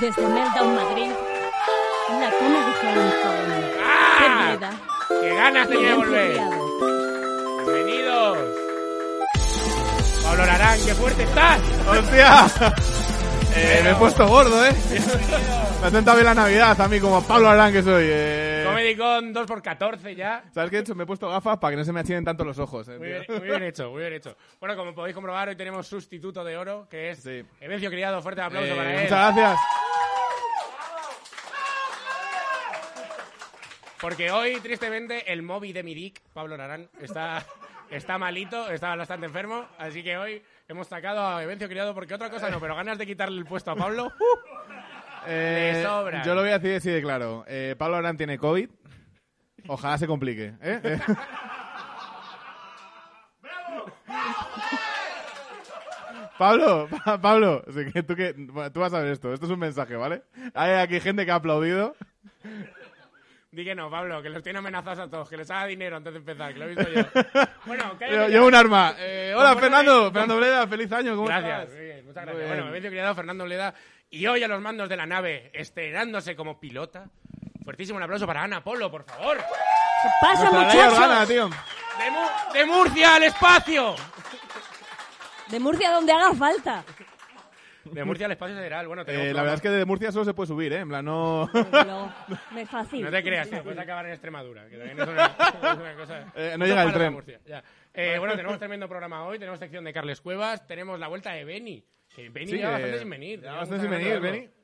desde Meldown, Madrid, la cuna de Clancón. Perdida. ¡Qué ganas tenía de Lorenzo Ah, volver! Criado. ¡Bienvenidos! Pablo Larán, qué fuerte estás. ¡Hostia! Eh, me he puesto gordo, ¿eh? Me ha tentado bien la Navidad a mí, como Pablo Arán que soy. eh. Comedy Con 2x14 ya. ¿Sabes qué he hecho? Me he puesto gafas para que no se me achinen tanto los ojos, eh, Muy tío. bien, muy bien hecho, muy bien hecho. Bueno, como podéis comprobar, hoy tenemos sustituto de oro, que es Sí. Evencio Criado. Fuerte aplauso Eh, para él. muchas gracias. Porque hoy, tristemente, el móvil de Mirik, Pablo Narán, está, está malito, está bastante enfermo. Así que hoy hemos sacado a Evencio Criado porque otra cosa no, pero ganas de quitarle el puesto a Pablo. Uh, Eh, Le sobran. yo lo voy a decir así de claro. Eh, Pablo Arán tiene COVID. Ojalá se complique. ¿eh? Eh, Pablo, Pa- Pablo, sí que tú, que, bueno, tú vas a ver esto. Esto es un mensaje, ¿vale? Hay aquí gente que ha aplaudido. Di que no, Pablo, que los tiene amenazados a todos, que les haga dinero antes de empezar, que lo he visto yo. Bueno, cállate Llevo ya. llevo un arma. Eh, hola, Compórtate. Fernando. Fernando Breda, feliz año. ¿Cómo Gracias, estás? muy bien, muchas Muy gracias. bien. Bueno, Evencio Criado, Fernando Oleda, y hoy a los mandos de la nave, estrenándose como pilota. Fuertísimo un aplauso para Ana Polo, por favor. ¿Qué pasa, Nuestra Laia Organa, muchachos? tío. ¡De, Mu- de Murcia al espacio! De Murcia donde haga falta. De Murcia al espacio sideral, bueno, tenemos Eh, la verdad es que de Murcia solo se puede subir, ¿eh? En plan, no... Desde luego, Me fascina. No te creas, tío, puedes acabar en Extremadura, que también es una, es una cosa... Eh, no llega el Para tren. Murcia, ya. Eh, bueno, tenemos tremendo programa hoy, tenemos sección de Carles Cuevas, tenemos la vuelta de Beni, que Beni Sí, lleva que- bastante sin venir. lleva tenía bastante sin muchas ganas venir, de Benny. verlo.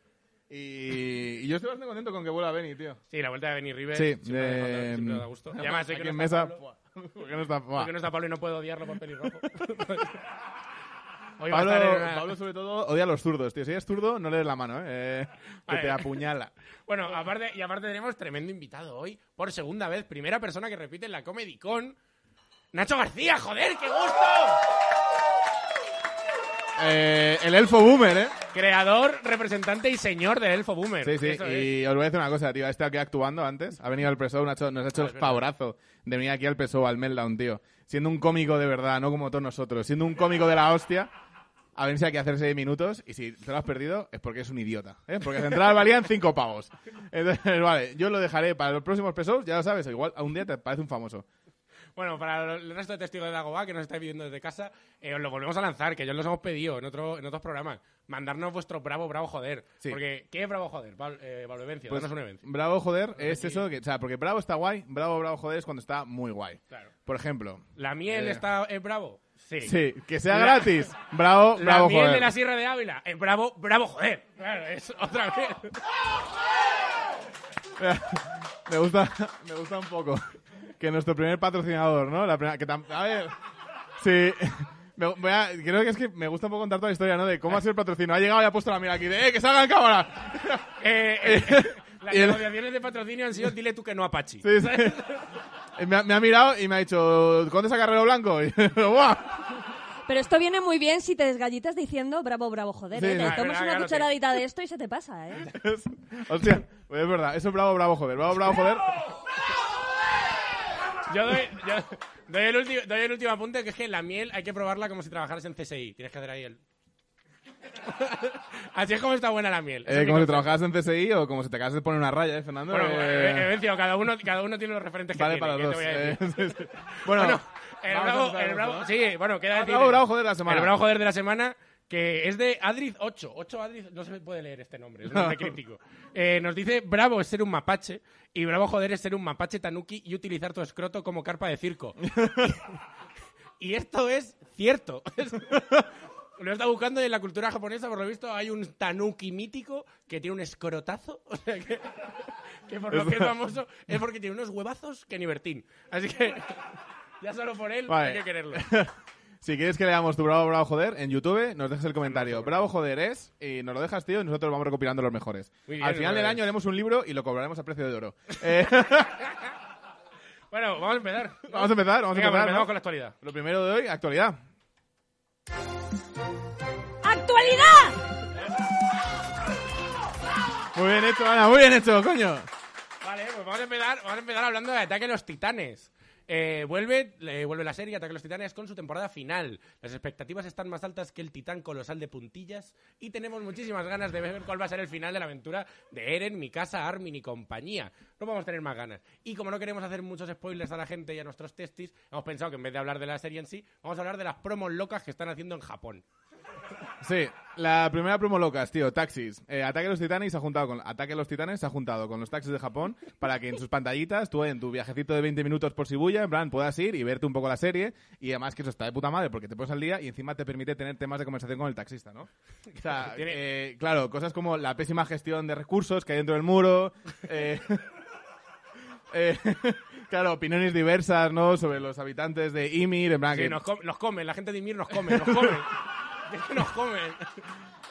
Y, y yo estoy bastante contento con que vuelva Benny, tío. Sí, la vuelta de Beni River, Sí, siempre, me eh, falta- siempre me da gusto. Y además, hoy aquí que no en está mesa. Pablo- Porque no está. buah. Porque no está Pablo y no puedo odiarlo por pelirrojo. Hoy va a Pablo, estar en una- Pablo, sobre todo, odia a los zurdos, tío. Si eres zurdo, no le des la mano, ¿eh? Eh, Que Vale. te apuñala. Bueno, aparte, y aparte tenemos tremendo invitado hoy, por segunda vez, primera persona que repite en la Comedy Con, Nacho García, joder, qué gusto. Eh, el elfo boomer, ¿eh? Creador, representante y señor del Elfo Boomer. Sí, sí. Eso es. Y os voy a decir una cosa, tío. Ha estado aquí actuando antes. Ha venido al PSOE, nos ha hecho, nos Ah, ha hecho el favorazo de venir aquí al PSOE, al Meltdown, tío. Siendo un cómico de verdad, no como todos nosotros. Siendo un cómico de la hostia. A venirse aquí a hacer seis minutos y si te lo has perdido es porque es un idiota. ¿eh? Porque Central valían cinco pavos. Entonces, vale, yo lo dejaré para los próximos PSOEs, ya lo sabes. Igual a un día te parece un famoso. Bueno, para el resto de testigos de Dagobah que nos estáis viendo desde casa, eh, os lo volvemos a lanzar, que ya os los hemos pedido en, otro, en otros programas. Mandarnos vuestro bravo, bravo joder. Sí. Porque, ¿qué es bravo joder? Pablo, eh, Pablo Evencio, Pues, danos un Evencio. Bravo, joder, es sí. eso que. O sea, porque bravo está guay, bravo, bravo, joder es cuando está muy guay. Claro. Por ejemplo. ¿La miel eh, está en bravo? Sí. Sí, que sea La- gratis. Bravo, La bravo, miel joder. de la Sierra de Ávila. En bravo, bravo joder. Claro, es otra vez. Me gusta, me gusta un poco que nuestro primer patrocinador, ¿no? La primera, que tam- a ver, sí. Me- voy a- creo que es que me gusta un poco contar toda la historia, ¿no? De cómo ha sido el patrocinio. Ha llegado y ha puesto la mira aquí de ¡eh, que salga en cámara! Eh, eh, las Y el- negociaciones de patrocinio han sido dile tú que no Apache. Sí, sí. Y Me, ha- me ha mirado y me ha dicho, ¿conde esa Carrero Blanco? Y, ¡guau! Pero esto viene muy bien si te desgallitas diciendo bravo, bravo, joder. Sí, ¿eh? Te no, es tomas verdad, una claro, cucharadita de esto y se te pasa, ¿eh? Hostia, pues es verdad. Eso es bravo, bravo, joder. Bravo, bravo, joder. Yo doy, yo doy el último, doy el último apunte, que es que la miel hay que probarla como si trabajaras en CSI. Tienes que hacer ahí el... Así es como está buena la miel. Eso Eh, es como mi si consejo. trabajaras en CSI o como si te acabas de poner una raya, ¿eh, Fernando? Bueno, Eh, eh, eh, Vencio, cada uno, cada uno tiene los referentes que vale tiene. para los ¿qué dos. te voy a decir? eh, sí, sí. Bueno, Bueno, el vamos a bravo, empezar el con bravo, esto, ¿no? sí, bueno, queda Ah, decir... bravo, bravo, joder de la semana. El bravo joder de la semana, que es de Adriz 8. 8 Adriz, no se puede leer este nombre, es un nombre crítico. Eh, nos dice, bravo es ser un mapache, y bravo joder es ser un mapache tanuki y utilizar tu escroto como carpa de circo. y esto es cierto. Lo he estado buscando y en la cultura japonesa, por lo visto, hay un tanuki mítico que tiene un escrotazo. O sea que, que por lo que es famoso es porque tiene unos huevazos que ni Bertín. Así que ya solo por él Vale. hay que quererlo. Si quieres que leamos tu bravo, bravo, joder, en YouTube nos dejas el comentario. Bravo, joder es, y nos lo dejas, tío, y nosotros vamos recopilando los mejores. Muy bien, pues. Al final muy del bien. año haremos un libro y lo cobraremos a precio de oro. Eh, Bueno, vamos a empezar. vamos Venga, pues a empezar, vamos a empezar. empezamos ¿no? con la actualidad. Lo primero de hoy, actualidad. ¡Actualidad! Muy bien hecho, Ana, muy bien hecho, coño. Vale, pues vamos a empezar, vamos a empezar hablando de Ataque a los Titanes. Eh, vuelve, eh, vuelve la serie Ataque a los Titanes con su temporada final. Las expectativas están más altas que el titán colosal de puntillas y tenemos muchísimas ganas de ver cuál va a ser el final de la aventura de Eren, mi casa, Armin y compañía. No vamos a tener más ganas. Y como no queremos hacer muchos spoilers a la gente y a nuestros testis, hemos pensado que en vez de hablar de la serie en sí, vamos a hablar de las promos locas que están haciendo en Japón. Sí, la primera promo locas, tío, taxis. Eh, Ataque a los Titanes se ha juntado con Ataque a los Titanes se ha juntado con los taxis de Japón para que en sus pantallitas tú en tu viajecito de 20 minutos por Shibuya, en plan, puedas ir y verte un poco la serie y además que eso está de puta madre porque te pones al día y encima te permite tener temas de conversación con el taxista, ¿no? O sea, eh, claro, cosas como la pésima gestión de recursos que hay dentro del muro, eh, eh, claro, opiniones diversas, ¿no? Sobre los habitantes de Ymir, en plan Sí, que nos, com- nos comen, la gente de Ymir nos come, nos come. Es que nos comen.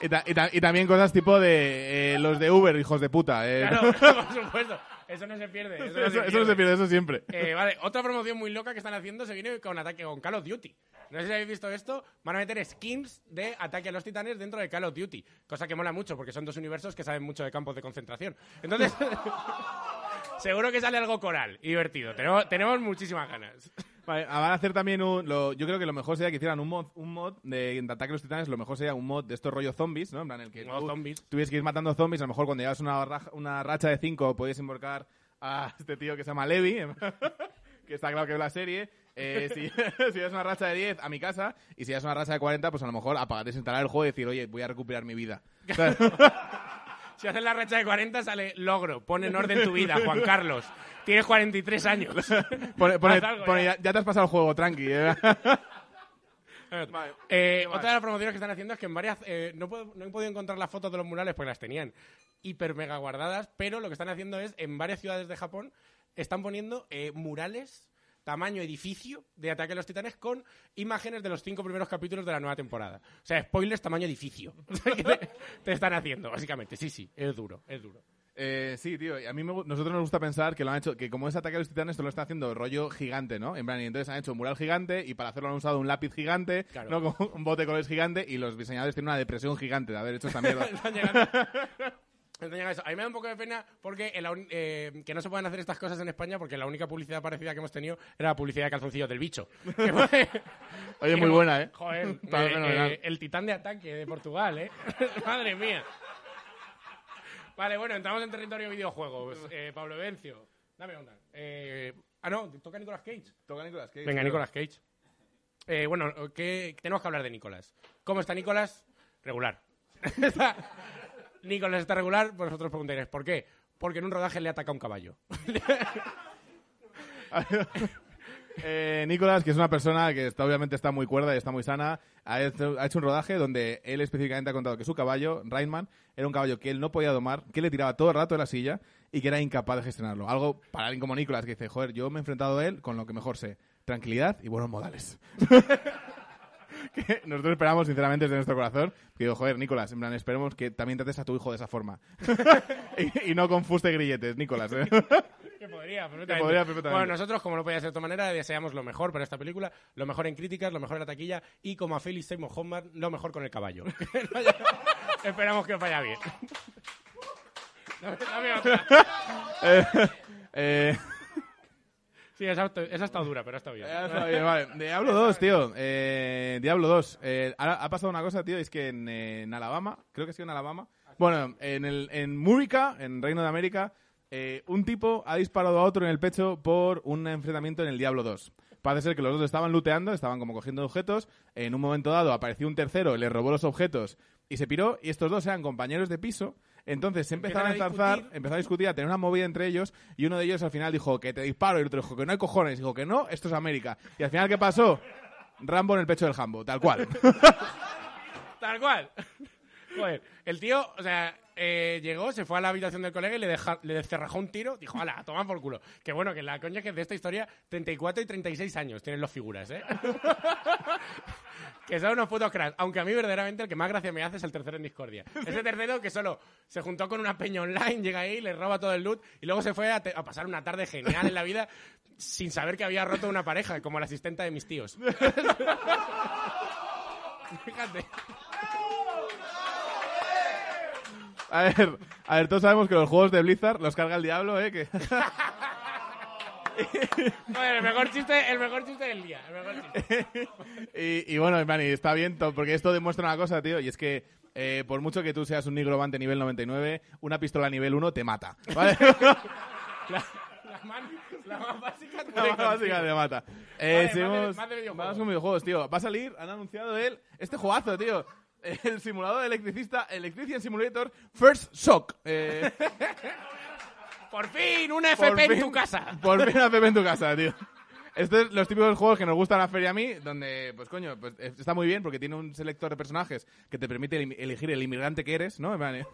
Y, ta- y ta- y también cosas tipo de eh, los de Uber, hijos de puta. eh. Claro, por supuesto. Eso no se pierde. Eso no se eso, pierde. eso no se pierde, eso siempre. Eh, vale, otra promoción muy loca que están haciendo se viene con ataque con Call of Duty. No sé si habéis visto esto, van a meter skins de ataque a los titanes dentro de Call of Duty, cosa que mola mucho porque son dos universos que saben mucho de campos de concentración. Entonces, seguro que sale algo coral y divertido. Tenemos, tenemos muchísimas ganas. Vale, ah, van a hacer también un. lo- yo creo que lo mejor sería que hicieran un mod, un mod de, de Ataque a los Titanes. Lo mejor sería un mod de estos rollos zombies, ¿no? En plan, el que Modo tú zombies. tuvieses que ir matando zombies. A lo mejor cuando llegas a una, raja- una racha de 5 podías invocar a este tío que se llama Levi, que está claro que es la serie. Eh, si, si llegas a una racha de 10 a mi casa y si llegas a una racha de 40, pues a lo mejor apagar, desinstalar el juego y decir, oye, voy a recuperar mi vida. ¿Sabes? Si haces la racha de 40 sale logro, pon en orden tu vida, Juan Carlos. Tienes 43 años. Pone- pone- Haz algo pone, ya. ya. ya te has pasado el juego, tranqui. ¿eh? Vale. Eh, otra de las promociones que están haciendo es que en varias. eh, no, puedo- no he podido encontrar las fotos de los murales porque las tenían hiper mega guardadas, pero lo que están haciendo es en varias ciudades de Japón están poniendo eh, murales tamaño edificio de Ataque a los Titanes con imágenes de los cinco primeros capítulos de la nueva temporada. O sea, spoilers tamaño edificio. O sea, que te, te están haciendo, básicamente. Sí, sí, es duro, es duro. Eh, sí, tío. y A mí me gu- nosotros nos gusta pensar que lo han hecho, que como es ataque a los titanes, esto lo está haciendo rollo gigante, ¿no? En plan, y entonces han hecho un mural gigante y para hacerlo han usado un lápiz gigante, Claro. ¿no? Con un bote de colores gigante y los diseñadores tienen una depresión gigante de haber hecho esta mierda. Están llegando. Están llegando a eso. A mí me da un poco de pena porque en la un- eh, que no se puedan hacer estas cosas en España porque la única publicidad parecida que hemos tenido era la publicidad de calzoncillos del bicho. Que fue- Oye, muy buena, ¿eh? Joder, Está eh, fenomenal. eh, el titán de ataque de Portugal, ¿eh? Madre mía. Vale, bueno, entramos en territorio videojuegos. Eh, Pablo Vencio, dame onda. Eh, ah, no, te toca Nicolas Cage. Toca Nicolas Cage, Venga, tío. Nicolas Cage. Eh, bueno, ¿qué- tenemos que hablar de Nicolas. ¿Cómo está Nicolas? Regular. Está- Nicolas está regular, vosotros preguntaréis, ¿por qué? Porque en un rodaje le ataca un caballo. Eh, Nicolás, que es una persona que está, obviamente está muy cuerda y está muy sana, ha hecho, ha hecho un rodaje donde él específicamente ha contado que su caballo, Rainman, era un caballo que él no podía domar, que le tiraba todo el rato de la silla y que era incapaz de gestionarlo. Algo para alguien como Nicolás que dice, joder, yo me he enfrentado a él con lo que mejor sé, tranquilidad y buenos modales. que nosotros esperamos sinceramente desde nuestro corazón que digo, joder, Nicolás, en plan, esperemos que también trates a tu hijo de esa forma. y, y no con fuste grilletes, Nicolás. ¿eh? Que podría, perfectamente. Que podría, perfectamente. Bueno, nosotros, como no podía ser de otra manera, deseamos lo mejor para esta película, lo mejor en críticas, lo mejor en la taquilla y, como a Felix Seymour Hoffman, lo mejor con el caballo. No haya- Esperamos que os vaya bien. Dame- dame otra. Eh, Sí, esa, esa ha estado dura, pero ha estado bien. Ya está bien, vale. Diablo 2, tío. Eh, Diablo 2. Eh, ahora ha pasado una cosa, tío, es que en, eh, en Alabama, creo que ha sido en Alabama. Bueno, en, el, en Murica, en Reino de América, eh, un tipo ha disparado a otro en el pecho por un enfrentamiento en el Diablo 2. Parece ser que los dos estaban looteando, estaban como cogiendo objetos. En un momento dado apareció un tercero, le robó los objetos y se piró. Y estos dos eran compañeros de piso. Entonces se empezaron a Empiezan a enzarzar, discutir. empezaron a discutir, a tener una movida entre ellos, y uno de ellos al final dijo que te disparo, y el otro dijo que no hay cojones, dijo que no, esto es América. Y al final, ¿qué pasó? Rambo en el pecho del Jambo, tal cual. Tal cual. Joder, el tío, o sea, eh, llegó, se fue a la habitación del colega y le, deja, le descerrajó un tiro. Dijo, ala, toma por culo. Que bueno, que la coña es que de esta historia, 34 y 36 años tienen los figuras, ¿eh? que son unos putos cracks. Aunque a mí verdaderamente el que más gracia me hace es el tercero en Discordia. Ese tercero que solo se juntó con una peña online, llega ahí, le roba todo el loot y luego se fue a, te- a pasar una tarde genial en la vida sin saber que había roto una pareja, como la asistenta de mis tíos. Fíjate. A ver, a ver, todos sabemos que los juegos de Blizzard los carga el diablo, ¿eh? Que... Joder, el mejor chiste, el mejor chiste del día. El mejor chiste. Y, y bueno, en plan, y está bien, to- porque esto demuestra una cosa, tío, y es que eh, por mucho que tú seas un nigrobante nivel 99, una pistola nivel 1 te mata. ¿vale? La, la man- la más básica. te La la más consigo. básica te mata. Eh, más de- seguimos- más de videojuegos. vamos con videojuegos, tío. Va a salir, han anunciado el, este juegazo, tío. El simulador electricista, Electrician Simulator First Shock. Eh, Por fin, una por FP en fin- tu casa. Por fin una FP en tu casa, tío. Estos son los típicos juegos que nos gustan a la feria a mí, donde, pues coño, pues, eh, está muy bien porque tiene un selector de personajes que te permite elim- elegir el inmigrante que eres, ¿no? En plan, eh,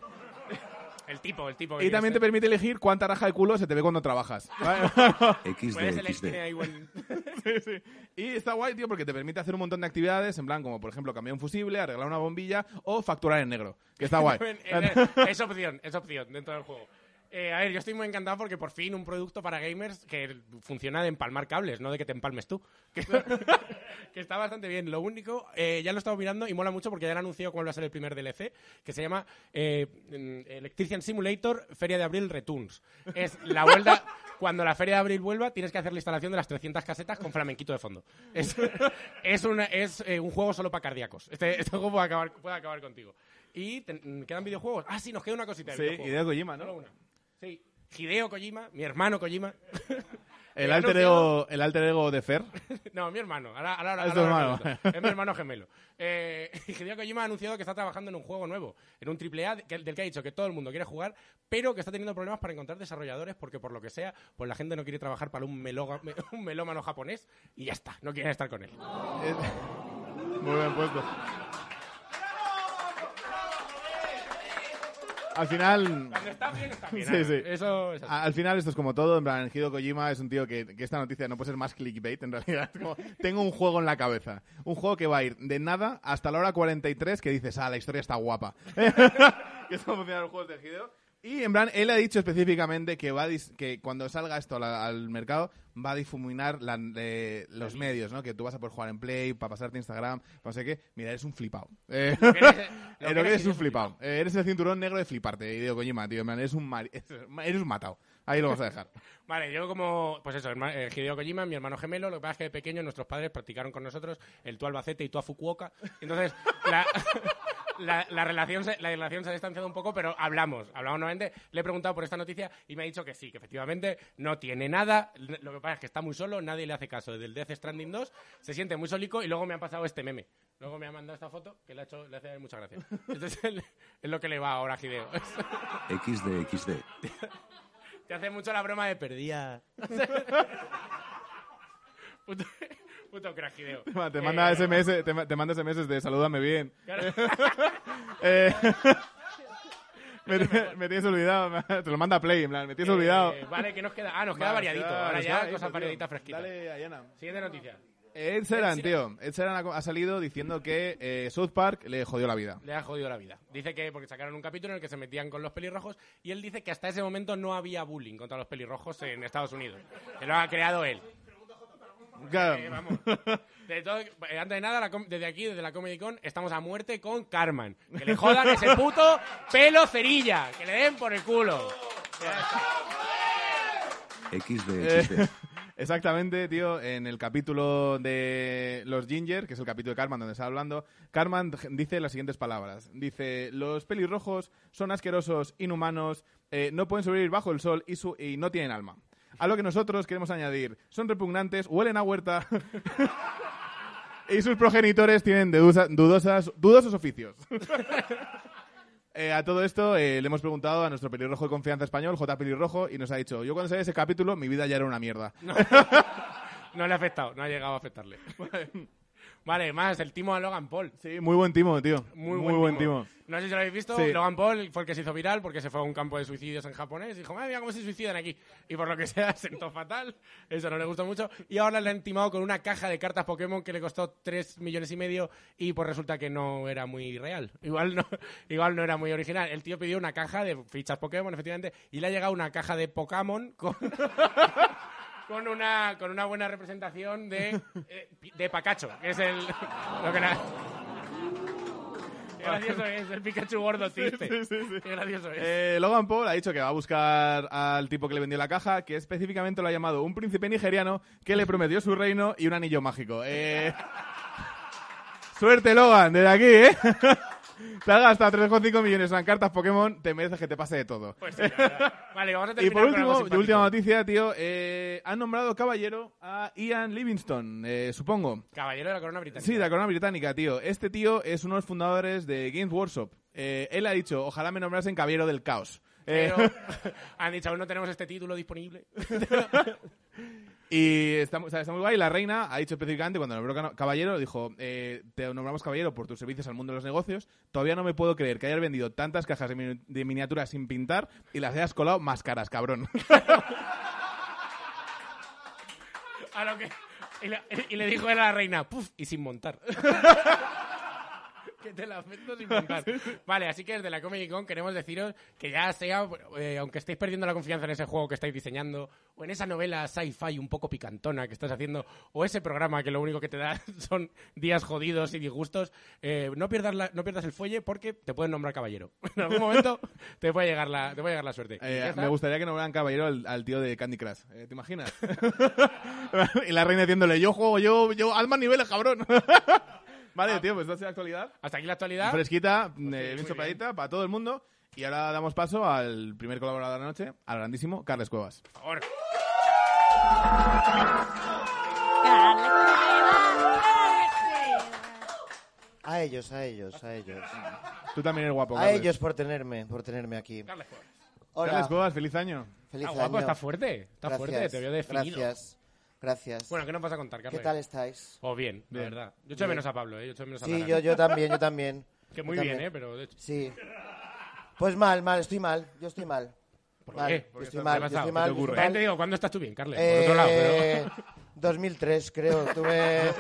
El tipo, el tipo. que Y quiere también te ser. permite elegir cuánta raja de culo se te ve cuando trabajas. ¿vale? Puedes XD, elegir XD. ahí, buen- Sí, sí. Y está guay, tío, porque te permite hacer un montón de actividades, en plan, como por ejemplo cambiar un fusible, arreglar una bombilla o facturar en negro. Que está guay. Eh, es, es opción, es opción dentro del juego. Eh, a ver, yo estoy muy encantado porque por fin un producto para gamers que funciona de empalmar cables, no de que te empalmes tú. Que, que está bastante bien. Lo único, eh, ya lo he estado mirando y mola mucho porque ya han anunciado cuál va a ser el primer DLC, que se llama eh, mm, Electrician Simulator Feria de Abril Returns. Es la vuelta... Cuando la feria de abril vuelva, tienes que hacer la instalación de las 300 casetas con flamenquito de fondo. Es, es, una- es, eh, un juego solo para cardíacos. Este, este juego puede acabar, puede acabar contigo. Y ten- quedan videojuegos. Ah, sí, nos queda una cosita. de Sí, videojuegos. y de Kojima, Solo ¿no? una. Sí. Hideo Kojima, mi hermano Kojima. El He alter, anunciado- ego, el alter ego de Fer. No, mi hermano. Ahora, ahora, ahora- Ah, Es tu ahora hermano. lo comento. Es mi hermano gemelo. Eh, Hideo Kojima ha anunciado que está trabajando en un juego nuevo, en un triple A que- del que ha dicho que todo el mundo quiere jugar, pero que está teniendo problemas para encontrar desarrolladores porque por lo que sea, pues la gente no quiere trabajar para un, meloga- un melómano japonés y ya está, no quieren estar con él. Eh, Muy bien puesto. Al final, Cuando está bien, está bien. Sí, Ana. sí. Ah, Eso es así. a- al final esto es como todo. En plan, Hideo Kojima es un tío que, que esta noticia no puede ser más clickbait en realidad. Es como, tengo un juego en la cabeza. Un juego que va a ir de nada hasta la hora 43 que dices, ah, la historia está guapa. que es como funcionan los juegos de Hideo. Y en plan, él ha dicho específicamente que va a dis- que cuando salga esto a la- al mercado va a difuminar la- eh, los medios, ¿no? Que tú vas a poder jugar en Play, para pasarte Instagram, no sé qué. Mira, eres un flipado. Eh, que eres- lo eh, que lo eres que eres es un un flipado. Eh, eres el cinturón negro de fliparte, Hideo Kojima, tío. En plan, eres un, mari- eres un matado. Ahí lo vamos a dejar. Vale, yo como, pues eso, herma- eh, Hideo Kojima, mi hermano gemelo, lo que pasa es que de pequeño nuestros padres practicaron con nosotros el tú Albacete y tú a Fukuoka. Entonces, la, la, la relación se, la relación se ha distanciado un poco, pero hablamos, hablamos nuevamente. Le he preguntado por esta noticia y me ha dicho que sí, que efectivamente no tiene nada. L- Lo que pasa es que está muy solo, nadie le hace caso. Desde el Death Stranding 2 se siente muy solico y luego me han pasado este meme. Luego me ha mandado esta foto que le, ha hecho, le hace mucha gracia. Entonces, es lo que le va ahora a Hideo. XD, XD. Te hace mucho la broma de perdía. puto, puto crack, Hideo. Te Eh, manda SMS, te, ma- te manda SMS de salúdame bien. claro. Eh, me, me tienes olvidado. Te lo manda Play, en plan, me tienes olvidado. Eh, vale, que nos queda. Ah, nos queda Vale, variadito. queda- Ahora nos ya queda eso, cosas tío. variaditas fresquitas. Dale, Ayana. Siguiente noticia. Ed Sheeran, tío. Ed Sheeran ha, co- ha salido diciendo que eh, South Park le jodió la vida. Le ha jodido la vida. Dice que porque sacaron un capítulo en el que se metían con los pelirrojos y él dice que hasta ese momento no había bullying contra los pelirrojos en Estados Unidos. Que lo ha creado él. Eh, Claro. vamos. De todo- eh, antes de nada, la com- desde aquí, desde la Comedy Con, estamos a muerte con Carmen. Que le jodan ese puto pelo cerilla. Que le den por el culo. XD, Eh, XD. Exactamente, tío. En el capítulo de los Ginger, que es el capítulo de Carman donde está hablando, Carman dice las siguientes palabras. Dice, los pelirrojos son asquerosos, inhumanos, eh, no pueden sobrevivir bajo el sol y, su- y no tienen alma. A lo que nosotros queremos añadir, son repugnantes, huelen a huerta y sus progenitores tienen dedusa- dudosas, dudosos oficios. Eh, a todo esto eh, le hemos preguntado a nuestro pelirrojo de confianza español, J. Pelirrojo, y nos ha dicho, yo cuando salí de ese capítulo mi vida ya era una mierda. No le ha afectado, no ha llegado a afectarle. Vale, más el timo a Logan Paul. Sí, muy buen timo, tío. Muy, buen timo. No sé si lo habéis visto, Sí. Logan Paul fue el que se hizo viral porque se fue a un campo de suicidios en japonés y dijo, madre mía, cómo se suicidan aquí. Y por lo que sea, sentó fatal. Eso no le gustó mucho. Y ahora le han timado con una caja de cartas Pokémon que le costó 3 millones y medio y pues resulta que no era muy real. Igual no, igual no era muy original. El tío pidió una caja de fichas Pokémon, efectivamente, y le ha llegado una caja de Pokémon con... con una, con una buena representación de, eh, de Pacacho, que es el, lo que la- Qué gracioso es, el Pikachu gordo triste. Sí, sí, sí. Qué gracioso es. Eh, Logan Paul ha dicho que va a buscar al tipo que le vendió la caja, que específicamente lo ha llamado un príncipe nigeriano que le prometió su reino y un anillo mágico. Eh, Suerte, Logan, desde aquí, ¿eh? Te has gastado 3,5 millones en cartas Pokémon, te mereces que te pase de todo. Pues sí, la verdad. vale, vamos a Y terminar por con algo último, y simpático. última noticia, tío, eh, han nombrado caballero a Ian Livingstone, eh, supongo. Caballero de la Corona Británica. Sí, de la corona británica, tío. Este tío es uno de los fundadores de Games Workshop. Eh, él ha dicho, ojalá me nombrasen caballero del caos. Eh, Pero han dicho, aún no tenemos este título disponible. Y está, mu- o sea, está muy guay. La reina ha dicho específicamente, cuando nombró cana- caballero, dijo, eh, te nombramos caballero por tus servicios al mundo de los negocios. Todavía no me puedo creer que hayas vendido tantas cajas de, mini- de miniaturas sin pintar y las hayas colado más caras, cabrón. A lo que... Y le, y le dijo él a la reina, puf, y sin montar. que te la acepto sin montar. Vale, así que desde la Comic Con queremos deciros que ya sea, eh, aunque estéis perdiendo la confianza en ese juego que estáis diseñando, o en esa novela sci-fi un poco picantona que estás haciendo, o ese programa que lo único que te da son días jodidos y disgustos, eh, no, pierdas la- no pierdas el fuelle porque te pueden nombrar caballero. en algún momento te puede llegar la, te puede llegar la suerte. Y ya Eh, está. me gustaría que nombraran caballero al, al tío de Candy Crush. Eh, ¿Te imaginas? y la reina diciéndole, yo juego, yo, yo, alma niveles, cabrón. vale, Ah. tío, pues esta es la actualidad. Hasta aquí la actualidad. fresquita, eh, pues muy bien bien. sopladita para todo el mundo. Y ahora damos paso al primer colaborador de la noche, al grandísimo Carles Cuevas. Por favor. Carles Cuevas, Carles Cuevas. A ellos, a ellos, a ellos. Tú también eres guapo, A Carles. ellos por tenerme, por tenerme aquí. Carles Cuevas. Carles Hola, Cuevas, feliz año. feliz ah, guapo, año. está fuerte. Está Gracias, fuerte, te veo definido. Pues. Gracias, gracias. Bueno, ¿qué nos vas a contar, ¿Qué Carlos? tal estáis? O bien, la Bien. verdad. Yo echo de menos a Pablo, ¿eh? Yo echo de menos a Sí, Lara. yo, yo también, yo también. Que muy Yo bien, también. ¿eh? Pero de hecho... Sí. Pues mal, mal, estoy mal, yo estoy mal. ¿Por Mal, qué? yo Porque estoy está- mal, ¿qué ha yo pasado? estoy mal, ¿Qué te yo ocurre? estoy También te mal. digo, ¿cuándo estás tú bien, Carles? Por otro lado, Eh, pero... 2003, creo. Tuve,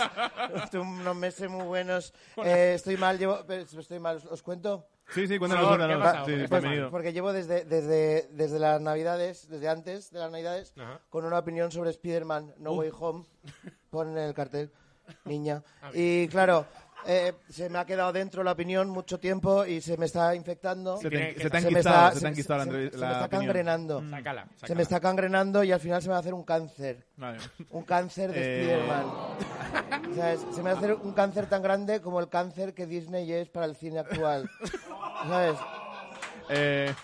tuve unos meses muy buenos. Eh, estoy mal, llevo, estoy mal. ¿Os cuento? Sí, sí, cuéntanos, Por favor, ¿qué cuéntanos. ha pasado? Sí, ¿Por qué sí, está mal? bienvenido. Porque llevo desde, desde, desde las navidades, desde antes de las navidades, Ajá. Uh. con una opinión sobre Spider-Man No Way Home. Pon en el cartel, niña. y claro, eh, se me ha quedado dentro la opinión mucho tiempo y se me está infectando. Se Tiene te, que- se te ha me enquistado, se está- te ha se- enquistado la se- entrev- se me la está opinión. cangrenando. Sácala, sácala. Se me está cangrenando y al final se me va a hacer un cáncer. Vale. Un cáncer de Eh. Spider-Man. O sea, es- se me va a hacer un cáncer tan grande como el cáncer que Disney es para el cine actual. ¿Sabes? Eh,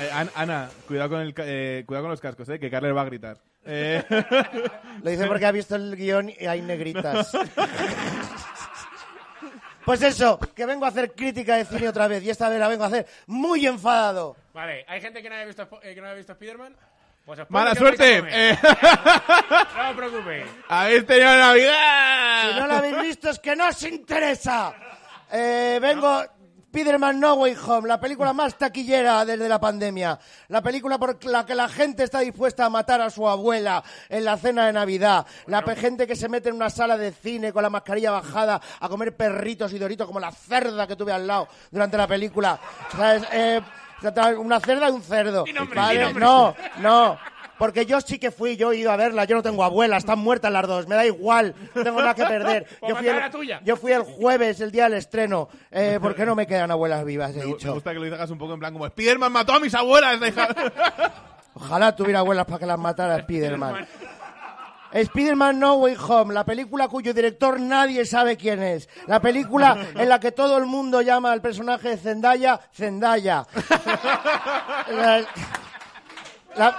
eh, An- Ana, cuidado con, el, ca- eh, cuidado con los cascos, eh, que Carles va a gritar. Eh, Lo dice porque ha visto el guión y hay negritas. Pues eso, que vengo a hacer crítica de cine otra vez y esta vez la vengo a hacer muy enfadado. Vale, hay gente que no haya visto, Spo- eh, que no haya visto Spider-Man. Pues os pongo ¡Mala que os vais a suerte! comer. Eh, No os preocupéis. ¡Habéis tenido Si no Navidad! la habéis visto es que no os interesa. Eh, vengo... Spider-Man No Way Home, la película más taquillera desde la pandemia. La película por la que la gente está dispuesta a matar a su abuela en la cena de Navidad. La pe- gente que se mete en una sala de cine con la mascarilla bajada a comer perritos y doritos como la cerda que tuve al lado durante la película. ¿Sabes? Eh, una cerda y un cerdo. Di nombre, ¿Vale? di nombre. No, no. Porque yo sí que fui, yo he ido a verla, yo no tengo abuela, están muertas las dos, me da igual, no tengo nada que perder. O Yo fui, matar el, a la tuya. yo fui el jueves, el día del estreno, eh, ¿por qué no me quedan abuelas vivas? He Me, me dicho. gusta que lo digas un poco en plan como Spiderman mató a mis abuelas. deja-". Ojalá tuviera abuelas para que las matara Spiderman. Spider-Man No Way Home, la película cuyo director nadie sabe quién es. La película en la que todo el mundo llama al personaje de Zendaya, Zendaya. La- la-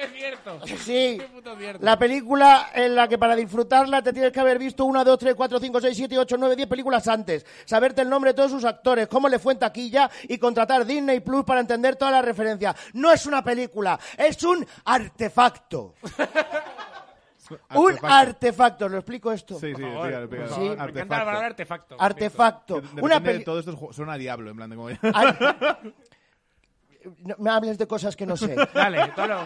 Es cierto. Sí. Qué puto cierto. La película en la que para disfrutarla te tienes que haber visto 1, 2, 3, 4, 5, 6, 7, 8, 9, 10 películas antes. Saberte el nombre de todos sus actores, cómo le fue en taquilla y contratar Disney Plus para entender todas las referencias. No es una película, es un artefacto. Un artefacto, ¿lo explico esto? Sí, sí, Por favor, explícalo, por explícalo. favor, me Me encanta la palabra artefacto. Artefacto. De Una repente peli- Todos estos juegos son a diablo, en plan de como... Ar- No me hables de cosas que no sé. Dale, Tolo.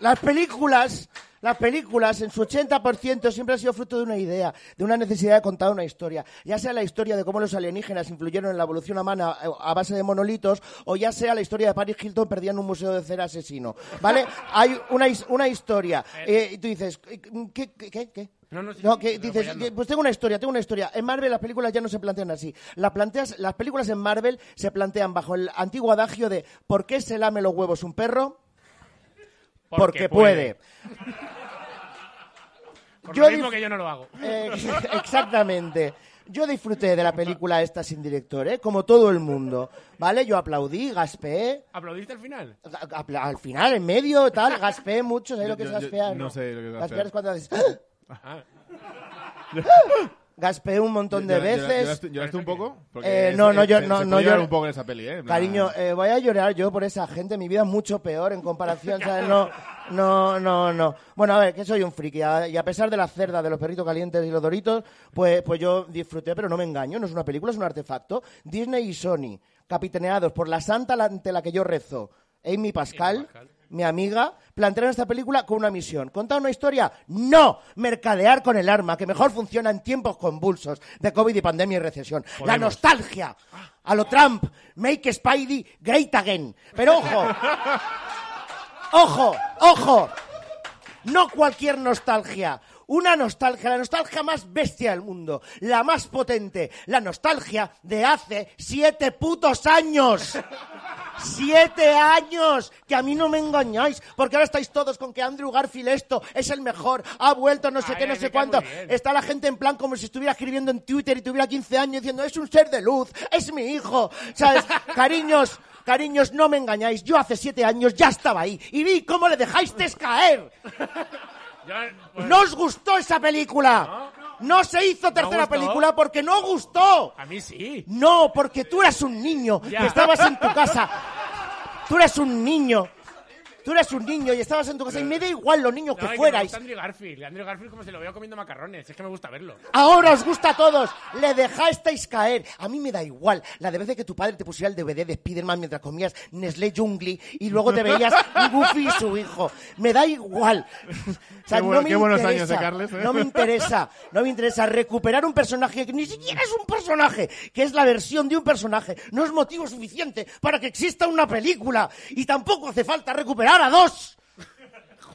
Las películas, Las películas, en su 80%, siempre han sido fruto de una idea, de una necesidad de contar una historia. Ya sea la historia de cómo los alienígenas influyeron en la evolución humana eh, a base de monolitos, o ya sea la historia de Paris Hilton perdida en un museo de cera asesino. ¿Vale? Hay una, his- una historia. Eh, y tú dices, ¿qué? ¿Qué? ¿Qué? qué? No, no, sí, sí, que estoy dices, apoyando. que- pues tengo una historia, tengo una historia. En Marvel las películas ya no se plantean así. Las, planteas, las películas en Marvel se plantean bajo el antiguo adagio de ¿por qué se lame los huevos un perro? Porque, puede. Por Yo lo mismo dif- que yo no lo hago. Eh, exactamente. Yo disfruté de la película esta sin director, ¿eh? como todo el mundo. ¿Vale? Yo aplaudí, gaspeé. ¿Aplaudiste al final? Ga- apla- Al final, en medio, tal, gaspeé mucho. ¿Sabes Yo- lo que es yo- yo gaspear? no sé lo que es Gaspear gaspear. es cuando haces. ¡ah! Ah, Gaspeé un montón de Llora- llora- veces. ¿Lloraste, lloraste un poco? Eh, es- no, es- no, yo- se- no, se no, puede llorar yo- un poco en esa peli, ¿eh? En plan- Cariño, eh, voy a llorar yo por esa gente. Mi vida es mucho peor en comparación. ¿sabes? No, no, no, no. Bueno, a ver, que soy un friki. a- Y a pesar de las cerdas, de los perritos calientes y los doritos, pues, pues yo disfruté, pero no me engaño. No es una película, es un artefacto. Disney y Sony, capitaneados por la santa la- ante la que yo rezo, Amy Pascal, mi amiga, plantearon esta película con una misión. ¿Contar una historia? ¡No! Mercadear con el arma, que mejor funciona en tiempos convulsos de COVID y pandemia y recesión. La nostalgia. A lo Trump. Make Spidey great again. Pero ojo. ojo, ojo. No cualquier nostalgia. Una nostalgia, la nostalgia más bestia del mundo, la más potente, la nostalgia de hace siete putos años. Siete años, que a mí no me engañáis, porque ahora estáis todos con que Andrew Garfield esto es el mejor, ha vuelto no sé Ay, qué, no ay, sé me cae cuánto. muy bien. Está la gente en plan como si estuviera escribiendo en Twitter y tuviera 15 años diciendo, es un ser de luz, es mi hijo. ¿Sabes? Cariños, cariños, no me engañáis, yo hace siete años ya estaba ahí y vi cómo le dejasteis caer. yo- bueno, No os gustó esa película. No se hizo tercera gustó. película porque no gustó. pues, A mí sí. No, porque tú eras un niño Ya. que estabas en tu casa. Tú eras un niño. Tú eras un niño y estabas en tu casa y me da igual los No, niños que y me fuerais. gusta Andrew Garfield. Andrew Garfield como si lo veo comiendo macarrones. Es que me gusta verlo. Ahora os gusta a todos. Le dejasteis caer. A mí me da igual. La de veces que tu padre te pusiera el DVD de Spiderman mientras comías Nestlé Jungli y luego te veías Goofy y su hijo. Me da igual. O sea, Qué bueno- no me qué buenos interesa. años de Carles, ¿eh? No me interesa. No me interesa recuperar un personaje que ni siquiera es un personaje, que es la versión de un personaje. No es motivo suficiente para que exista una película. Y tampoco hace falta recuperar a dos.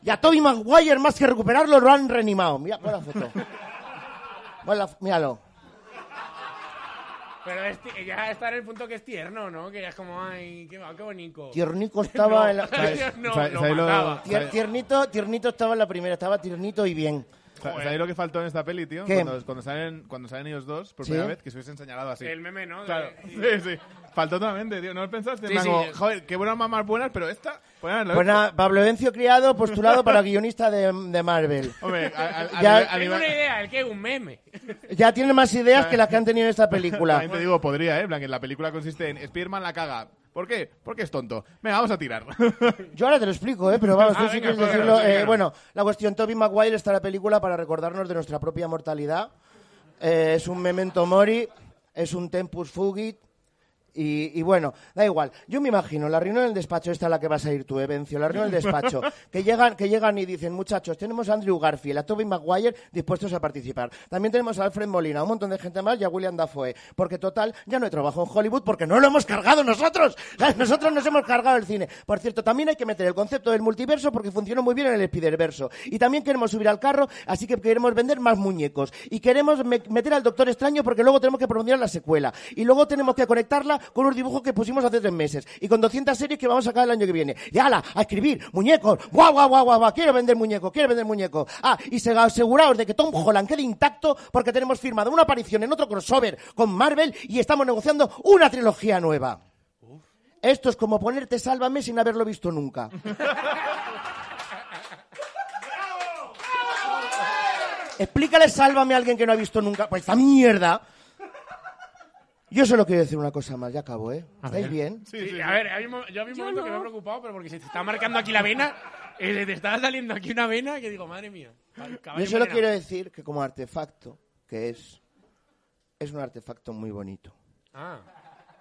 Y a Toby Maguire, más que recuperarlo, lo han reanimado. Mira, pon la foto. Pon la- míralo. Pero es ti- ya está en el punto que es tierno, ¿no? Que ya es como, ay, qué, ah, qué bonito. Tiernico estaba No. en la... ¿Sabes? No, ¿Sabes- lo sabes lo- mataba. Tier- tiernito, tiernito estaba en la primera, estaba tiernito y bien. Sa- ¿Sabéis lo que faltó en esta peli, tío? ¿Qué? Cuando, cuando salen, cuando salen ellos dos, por Sí. primera vez, que se hubiesen señalado así. El meme, ¿no? De- Claro. Sí, sí. Faltó totalmente, tío. ¿No lo pensaste? Sí, En plan sí. como, Joder, qué buenas mamás buenas, pero esta... Pueden haberlo Pues hecho. nada, Pablo Vencio Criado postulado para guionista de, de Marvel. Hombre, a- a- a Ya- nivel- a Tengo nivel- una idea, el que es un meme. Ya tiene más ideas que las que han tenido en esta película. También te digo, podría, ¿eh? En plan, que la película consiste en Spiderman la caga. ¿Por qué? Porque es tonto. Venga, vamos a tirar. Yo ahora te lo explico, ¿eh? pero vamos, Ah, tú sí venga, quieres claro, decirlo. sí, eh, claro. Bueno, la cuestión, Toby Maguire está en la película para recordarnos de nuestra propia mortalidad. Eh, es un memento mori, es un tempus fugit. Y, y bueno, da igual. Yo me imagino, la reunión del despacho, esta a la que vas a ir tú, eh, Bencio, la reunión del despacho, que llegan, que llegan y dicen, muchachos, tenemos a Andrew Garfield, a Toby Maguire dispuestos a participar. También tenemos a Alfred Molina, un montón de gente más y a William Dafoe. Porque total, ya no hay trabajo en Hollywood porque no lo hemos cargado nosotros. ¿Sabes? Nosotros nos hemos cargado el cine. Por cierto, también hay que meter el concepto del multiverso porque funcionó muy bien en el Spider-Verso. Y también queremos subir al carro, así que queremos vender más muñecos. Y queremos me- meter al Doctor Extraño porque luego tenemos que promocionar la secuela. Y luego tenemos que conectarla con unos dibujos que pusimos hace tres meses. Y con 200 series que vamos a sacar el año que viene. Y ala, a escribir, muñecos, guau, guau, guau, guau, guau, quiero vender muñecos, quiero vender muñecos. Ah, y se aseguraos de que Tom Holland quede intacto porque tenemos firmado una aparición en otro crossover con Marvel y estamos negociando una trilogía nueva. Esto es como ponerte Sálvame sin haberlo visto nunca. Explícale Sálvame a alguien que no ha visto nunca. Pues esta mierda. Yo solo quiero decir una cosa más, ya acabo, ¿eh? ¿Estáis bien? Sí, A ver, hay un mo- yo había un Yo momento que me he no. preocupado, pero porque se te está marcando aquí la vena, eh, se te estaba saliendo aquí una vena que digo, madre mía. caballo Yo solo envenenado. quiero decir que como artefacto, que es, es un artefacto muy bonito. Ah,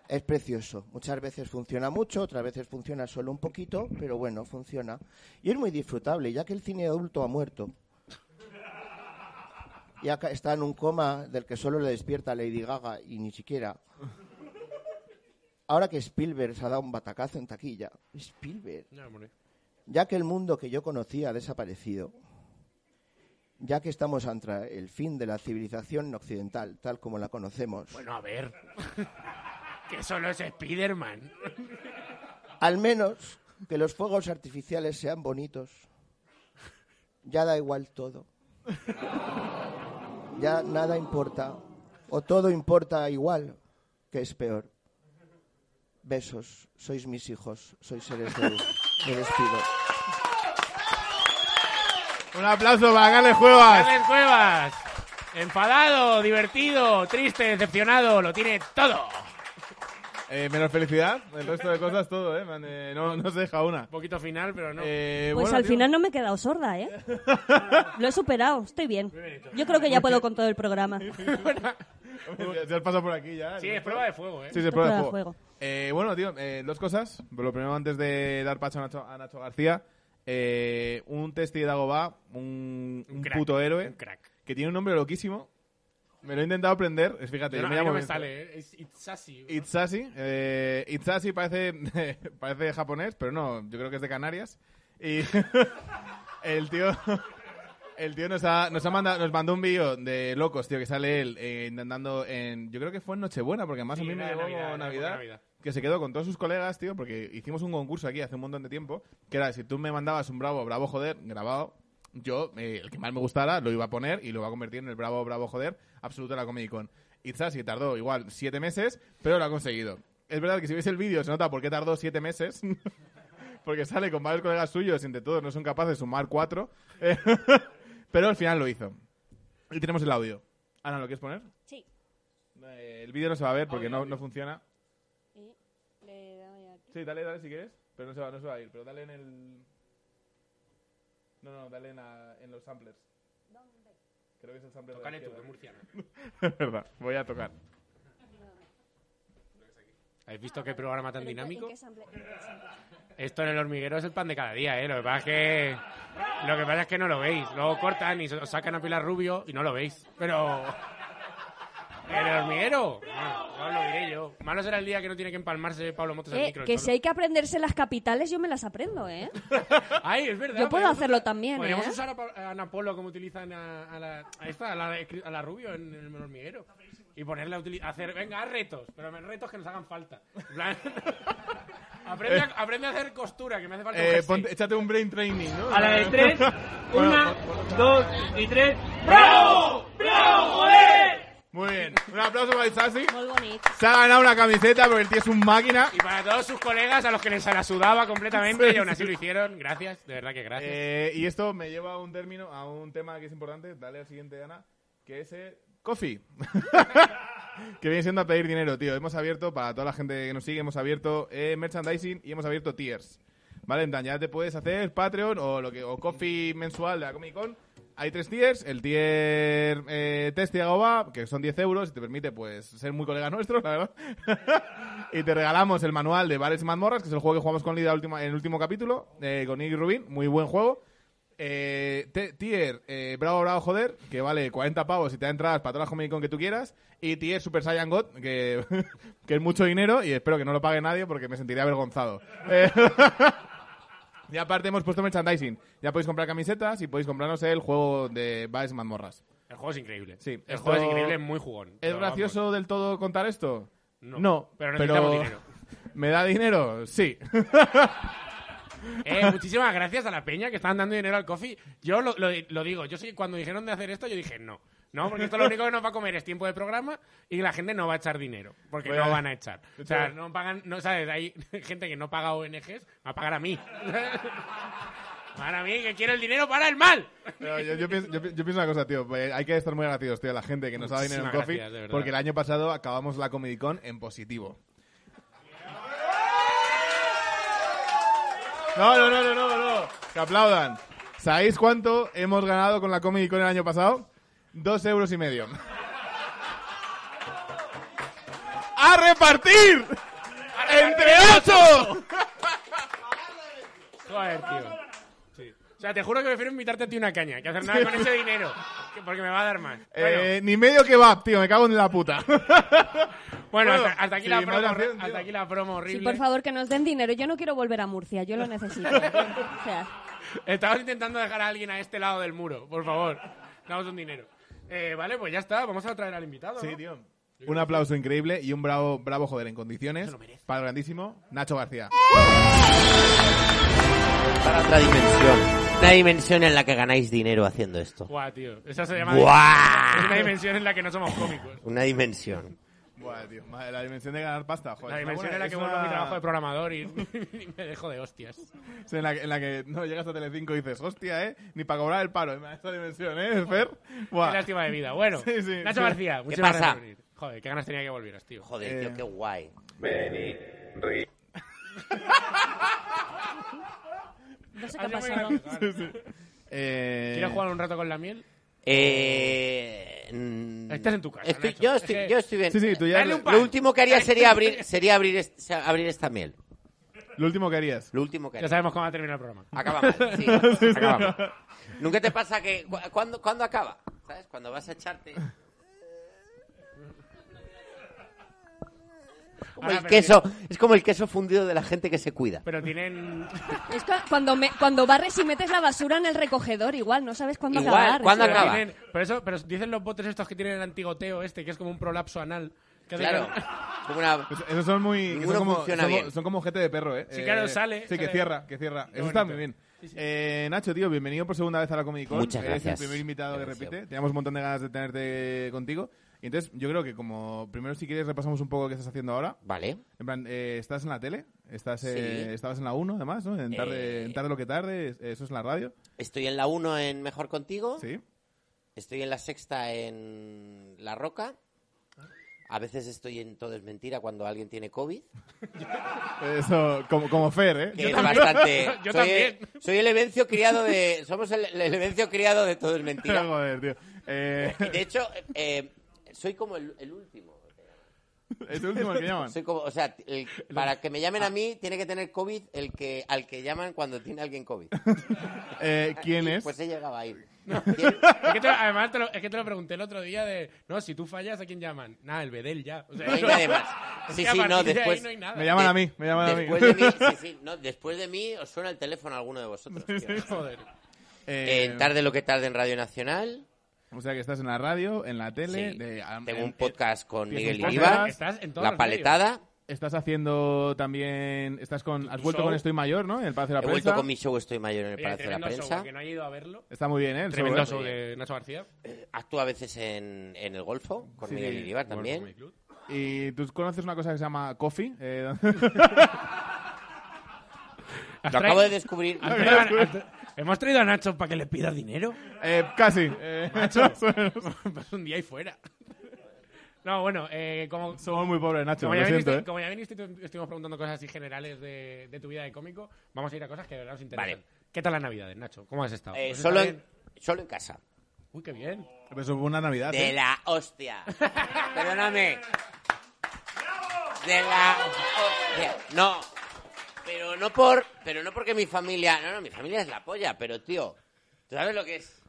Es precioso. Muchas veces funciona mucho, otras veces funciona solo un poquito, pero bueno, funciona. Y es muy disfrutable, ya que el cine adulto ha muerto. Ya ca- está en un coma del que solo le despierta Lady Gaga y ni siquiera. Ahora que Spielberg se ha dado un batacazo en taquilla. Spielberg No, hombre. ya que el mundo que yo conocía ha desaparecido, ya que estamos ante el fin de la civilización occidental, tal como la conocemos, Bueno, a ver. que solo es Spider-Man. al menos que los fuegos artificiales sean bonitos, ya da igual todo. Ya nada importa, o todo importa igual, que es peor. Besos, sois mis hijos, sois seres de luz. Me despido. Un aplauso para Carles Cuevas. Carles Cuevas. Enfadado, divertido, triste, decepcionado, lo tiene todo. Eh, menos felicidad, el resto de cosas todo, ¿eh? Man, eh, no, no se deja una. Un poquito final, pero no. Eh, Pues bueno, al tío. final no me he quedado sorda, ¿eh? Lo he superado, estoy bien. Yo creo que ya puedo con todo el programa. Hombre, Ya has pasado por aquí ya. sí, ¿no? es prueba de fuego, ¿eh? Sí, sí, Esto prueba de prueba fuego. de fuego. Eh, bueno, tío, eh, dos cosas. Lo primero, antes de dar paso a Nacho, a Nacho García, eh, un testi de Dagobah, un, un crack, puto héroe, Un crack. que tiene un nombre loquísimo. Me lo he intentado aprender. Eh, Fíjate, Yo no, me a mí llamo no me bien. sale, ¿eh? Es Itsashi. ¿no? Itsashi. Eh, Itsashi parece, parece japonés, pero no, yo creo que es de Canarias. Y el tío... El tío nos, ha, nos, ha mandado, nos mandó un vídeo de locos, tío, que sale él eh, intentando en... Yo creo que fue en Nochebuena, porque además Sí, a mí me era llegó Navidad, como era Navidad, por Navidad. Que se quedó con todos sus colegas, tío, porque hicimos un concurso aquí hace un montón de tiempo, que era, si tú me mandabas un bravo, bravo, joder, grabado, yo, eh, el que más me gustara, lo iba a poner y lo va a convertir en el bravo, bravo, joder, absoluto de la Comic Con. Itzashi tardó igual siete meses, pero lo ha conseguido. Es verdad que si veis el vídeo se nota por qué tardó siete meses, porque sale con varios colegas suyos y entre todos no son capaces de sumar cuatro, eh, pero al final lo hizo. Y tenemos el audio. Ana, ¿lo quieres poner? Sí. Eh, el vídeo no se va a ver porque no, no funciona. Sí, dale, dale si quieres, pero no se va, no se va a ir, pero dale en el... No, no, dale en, la- en los samplers. Creo que es el sampler de la Cane tú, que murciano. izquierda. Es verdad, voy a tocar. ¿Habéis visto qué programa tan dinámico? Esto en el hormiguero es el pan de cada día, ¿eh? Lo que pasa es que, lo que, pasa es que no lo veis. Luego cortan y os sacan a Pilar Rubio y no lo veis. Pero... ¿En el hormiguero? Bueno, no lo diré yo. Malo será el día que no tiene que empalmarse Pablo Motos al Eh, micro. que solo. si hay que aprenderse las capitales, yo me las aprendo, ¿eh? Ay, es verdad. Yo puedo podríamos hacerlo usar- también, ¿eh? Podríamos usar a, Pa- a Ana Polo como utilizan a, a la, a esta, a la, a la Rubio en, el hormiguero. Y ponerla a utili- hacer, venga, haz retos, pero haz retos que nos hagan falta. En plan, aprende, a, aprende a hacer costura, que me hace falta un Eh, jersey. ponte- échate un brain training, ¿no? A la de tres, Bueno, una, pon- pon- dos y tres. ¡Bravo! ¡Bravo, joder! Muy bien, un aplauso para Isasi. Muy bonito. Se ha ganado una camiseta porque el tío es un máquina. Y para todos sus colegas a los que les la sudaba completamente y aún así lo hicieron, gracias, de verdad que gracias. Eh, y esto me lleva a un término, a un tema que es importante. Dale al siguiente, Ana, que es el coffee. que viene siendo a pedir dinero, tío. Hemos abierto, para toda la gente que nos sigue, hemos abierto eh, merchandising y hemos abierto tiers. ¿Vale? En plan, ya te puedes hacer Patreon o lo que o coffee mensual de la Comic Con. Hay tres tiers. El tier eh, Test y Agoba, que son 10 euros y te permite pues ser muy colega nuestro, la verdad. y te regalamos el manual de Bares y Mazmorras, que es el juego que jugamos con Lidia última- en el último capítulo, eh, con Nick Rubin. Muy buen juego. Eh, te- tier eh, Bravo Bravo Joder, que vale 40 pavos y te da entradas para todas las Comic Con que tú quieras. Y tier Super Saiyan God, que, que es mucho dinero y espero que no lo pague nadie porque me sentiré avergonzado. Eh, y aparte hemos puesto merchandising. Ya podéis comprar camisetas y podéis comprarnos el juego de Bares y Mazmorras. el juego es increíble. sí, el esto- juego es increíble, es muy jugón. ¿Es Pero vamos, gracioso del todo contar esto? No, pero necesitamos dinero. ¿Me da dinero? Sí. Eh, muchísimas gracias a la peña que están dando dinero al coffee. Yo lo, lo- lo digo, yo sí, cuando dijeron de hacer esto, yo dije no. No, porque esto lo único que nos va a comer es tiempo de programa y la gente no va a echar dinero, porque Voy a- no van a echar. O sea, no pagan, no sabes, hay gente que no paga ONGs, va a pagar a mí. Para mí, que quiero el dinero para el mal. Pero yo, yo pienso, yo pi- yo pienso una cosa, tío. eh, Hay que estar muy agradecidos, tío, a la gente que nos da dinero en Muchísimas Coffee. gracias, de verdad. porque el año pasado acabamos la Comic Con en positivo. No, no, no, no, no, no. Que aplaudan. ¿Sabéis cuánto hemos ganado con la Comic Con el año pasado? Dos euros y medio. a repartir entre ocho. Joder, tío. Sí. O sea, te juro que prefiero invitarte a ti una caña que hacer nada con ese dinero. que- Porque me va a dar más. Bueno, Eh, ni medio kebab, tío, me cago en la puta. bueno, bueno, hasta, hasta aquí sí, la más promo, acción, horri- tío. hasta aquí la promo Sí, horrible. por favor, que nos den dinero. Yo no quiero volver a Murcia, yo lo necesito. o sea, Estabas intentando dejar a alguien a este lado del muro, por favor. Damos un dinero. Eh, vale, pues ya está. Vamos a traer al invitado. Sí, ¿no? tío. Un aplauso increíble y un bravo, bravo joder en condiciones. Para el grandísimo Nacho García. Para otra dimensión. Una dimensión en la que ganáis dinero haciendo esto. Buah, tío. Esa se llama. Es una ¡Buah! dimensión en la que no somos cómicos. Una dimensión. Buah, tío, madre, la dimensión de ganar pasta, joder. La es una dimensión buena- en la es que vuelvo a mi una- trabajo de programador y, y me dejo de hostias. Sí, En la, que- en la que no llegas a Telecinco y dices, hostia, ¿eh? Ni para cobrar el paro. Esta dimensión, ¿eh, Fer? Buah. Qué lástima de vida. Bueno, Sí, sí, Nacho sí. García, ¿Qué muchísimas pasa? gracias por venir. Joder, qué ganas tenía que volvieras, tío. Joder, tío, qué guay. no sé qué Ah, ha yo me pasado. voy a- Eh, ¿Quieres jugar un rato con la miel? Eh, mm, Estás en tu casa, estoy- Nacho. yo, Es estoy, que- yo estoy bien. Sí, sí, tú ya... Dale Lo, un pa- Lo último que haría sería abrir, sería abrir, est- sea, abrir esta miel. lo último que harías. Lo último que Ya haría. sabemos cómo va a terminar el programa. Acaba mal, sí. acaba mal. Nunca te pasa que... cu- ¿cuándo, ¿Cuándo acaba? ¿Sabes? Cuando vas a echarte... Como Ahora, el pero queso, es como el queso fundido de la gente que se cuida. Pero tienen. Es cu- cuando, me- cuando barres y metes la basura en el recogedor, igual, no sabes cuándo Igual, acabar. ¿cuándo eso. pero acaba? tienen- pero eso, pero dicen los botes estos que tienen el antigoteo este, que es como un prolapso anal. que hace Claro. que- Como una... Es- Esos son muy... que Ninguno son como, funciona son, bien. son como gente de perro, ¿eh? Sí, Eh, claro, sale, Sí, que sale. cierra, que cierra. Eso bonito. está muy bien. Eh, Nacho, tío, bienvenido por segunda vez a la Comic Con. Muchas Eres gracias. el primer invitado Gracias. que repite. Teníamos un montón de ganas de tenerte contigo. Y entonces, yo creo que como... Primero, si quieres, repasamos un poco qué estás haciendo ahora. Vale. En plan, eh, ¿estás en la tele? ¿Estás, eh, Sí. Estabas en la 1, además, ¿no? En tarde, Eh. en tarde lo que tarde, es- eso es en la radio. Estoy en la 1 en Mejor Contigo. Sí. Estoy en la sexta en La Roca. A veces estoy en Todo es Mentira cuando alguien tiene COVID. Eso, como, como Fer, ¿eh? que es bastante... Yo soy, también. soy el Evencio criado de... Somos el, el Evencio criado de Todo es Mentira. Joder, tío. Eh, Y de hecho, eh, soy como el, el último. es el último el que llaman. Soy como, o sea, el- para que me llamen Ah. a mí tiene que tener COVID el que al que llaman cuando tiene alguien COVID. Eh, ¿Quién Y, es? Pues he llegado a ir. Es que te- además, te lo, es que te lo pregunté el otro día de, no, si tú fallas, ¿a quién llaman? Nada, el Bedel ya. O sea, No hay nadie más. es Sí, que a sí, no, partir de ahí después- no hay nada. Me llaman a mí, me llaman a mí. Después de mí, sí, sí, no, después de mí os suena el teléfono a alguno de vosotros. tío. Joder. Eh, En tarde lo que tarde en Radio Nacional. O sea, que estás en la radio, en la tele. Sí. de- am- Tengo en- eh, un podcast con tienes Miguel un podcast, Iribar. estás en todos La los paletada. Estás haciendo también... Estás con... Has tu vuelto show. con Estoy Mayor, ¿no? En el Palacio de He la vuelto Prensa. con mi show Estoy Mayor en el Oye, Palacio de la tremendo show, ¿eh? Prensa. que no haya ido a verlo. Está muy bien, ¿eh? El Tremendo show, show ¿eh? de Nacho García. pues Actúo a veces en, en el Golfo con Sí. Miguel Iribar también. Y tú conoces una cosa que se llama Coffee. Eh, Has traído- Lo acabo de descubrir. eh, has traído a- has tra- Hemos traído a Nacho para que le pida dinero. eh, casi. eh, Nacho, Pasa un día y fuera. No, bueno, eh, como, Somos muy pobres, Nacho. como, Lo ya viniste, siento, ¿eh? como ya viniste, tú- estuvimos preguntando cosas así generales de, de tu vida de cómico. Vamos a ir a cosas que de verdad nos interesan. Vale. ¿Qué tal las navidades, Nacho? ¿Cómo has estado? Eh, ¿Has solo, estado en, Pues bien? solo en casa. Uy, qué bien. Pero eso fue una ¿Ah, Navidad. De ¿eh? la hostia. Perdóname. De la hostia. No. Pero no por. Pero no porque mi familia. No, no, mi familia es la polla, pero tío. ¿Tú sabes lo que es?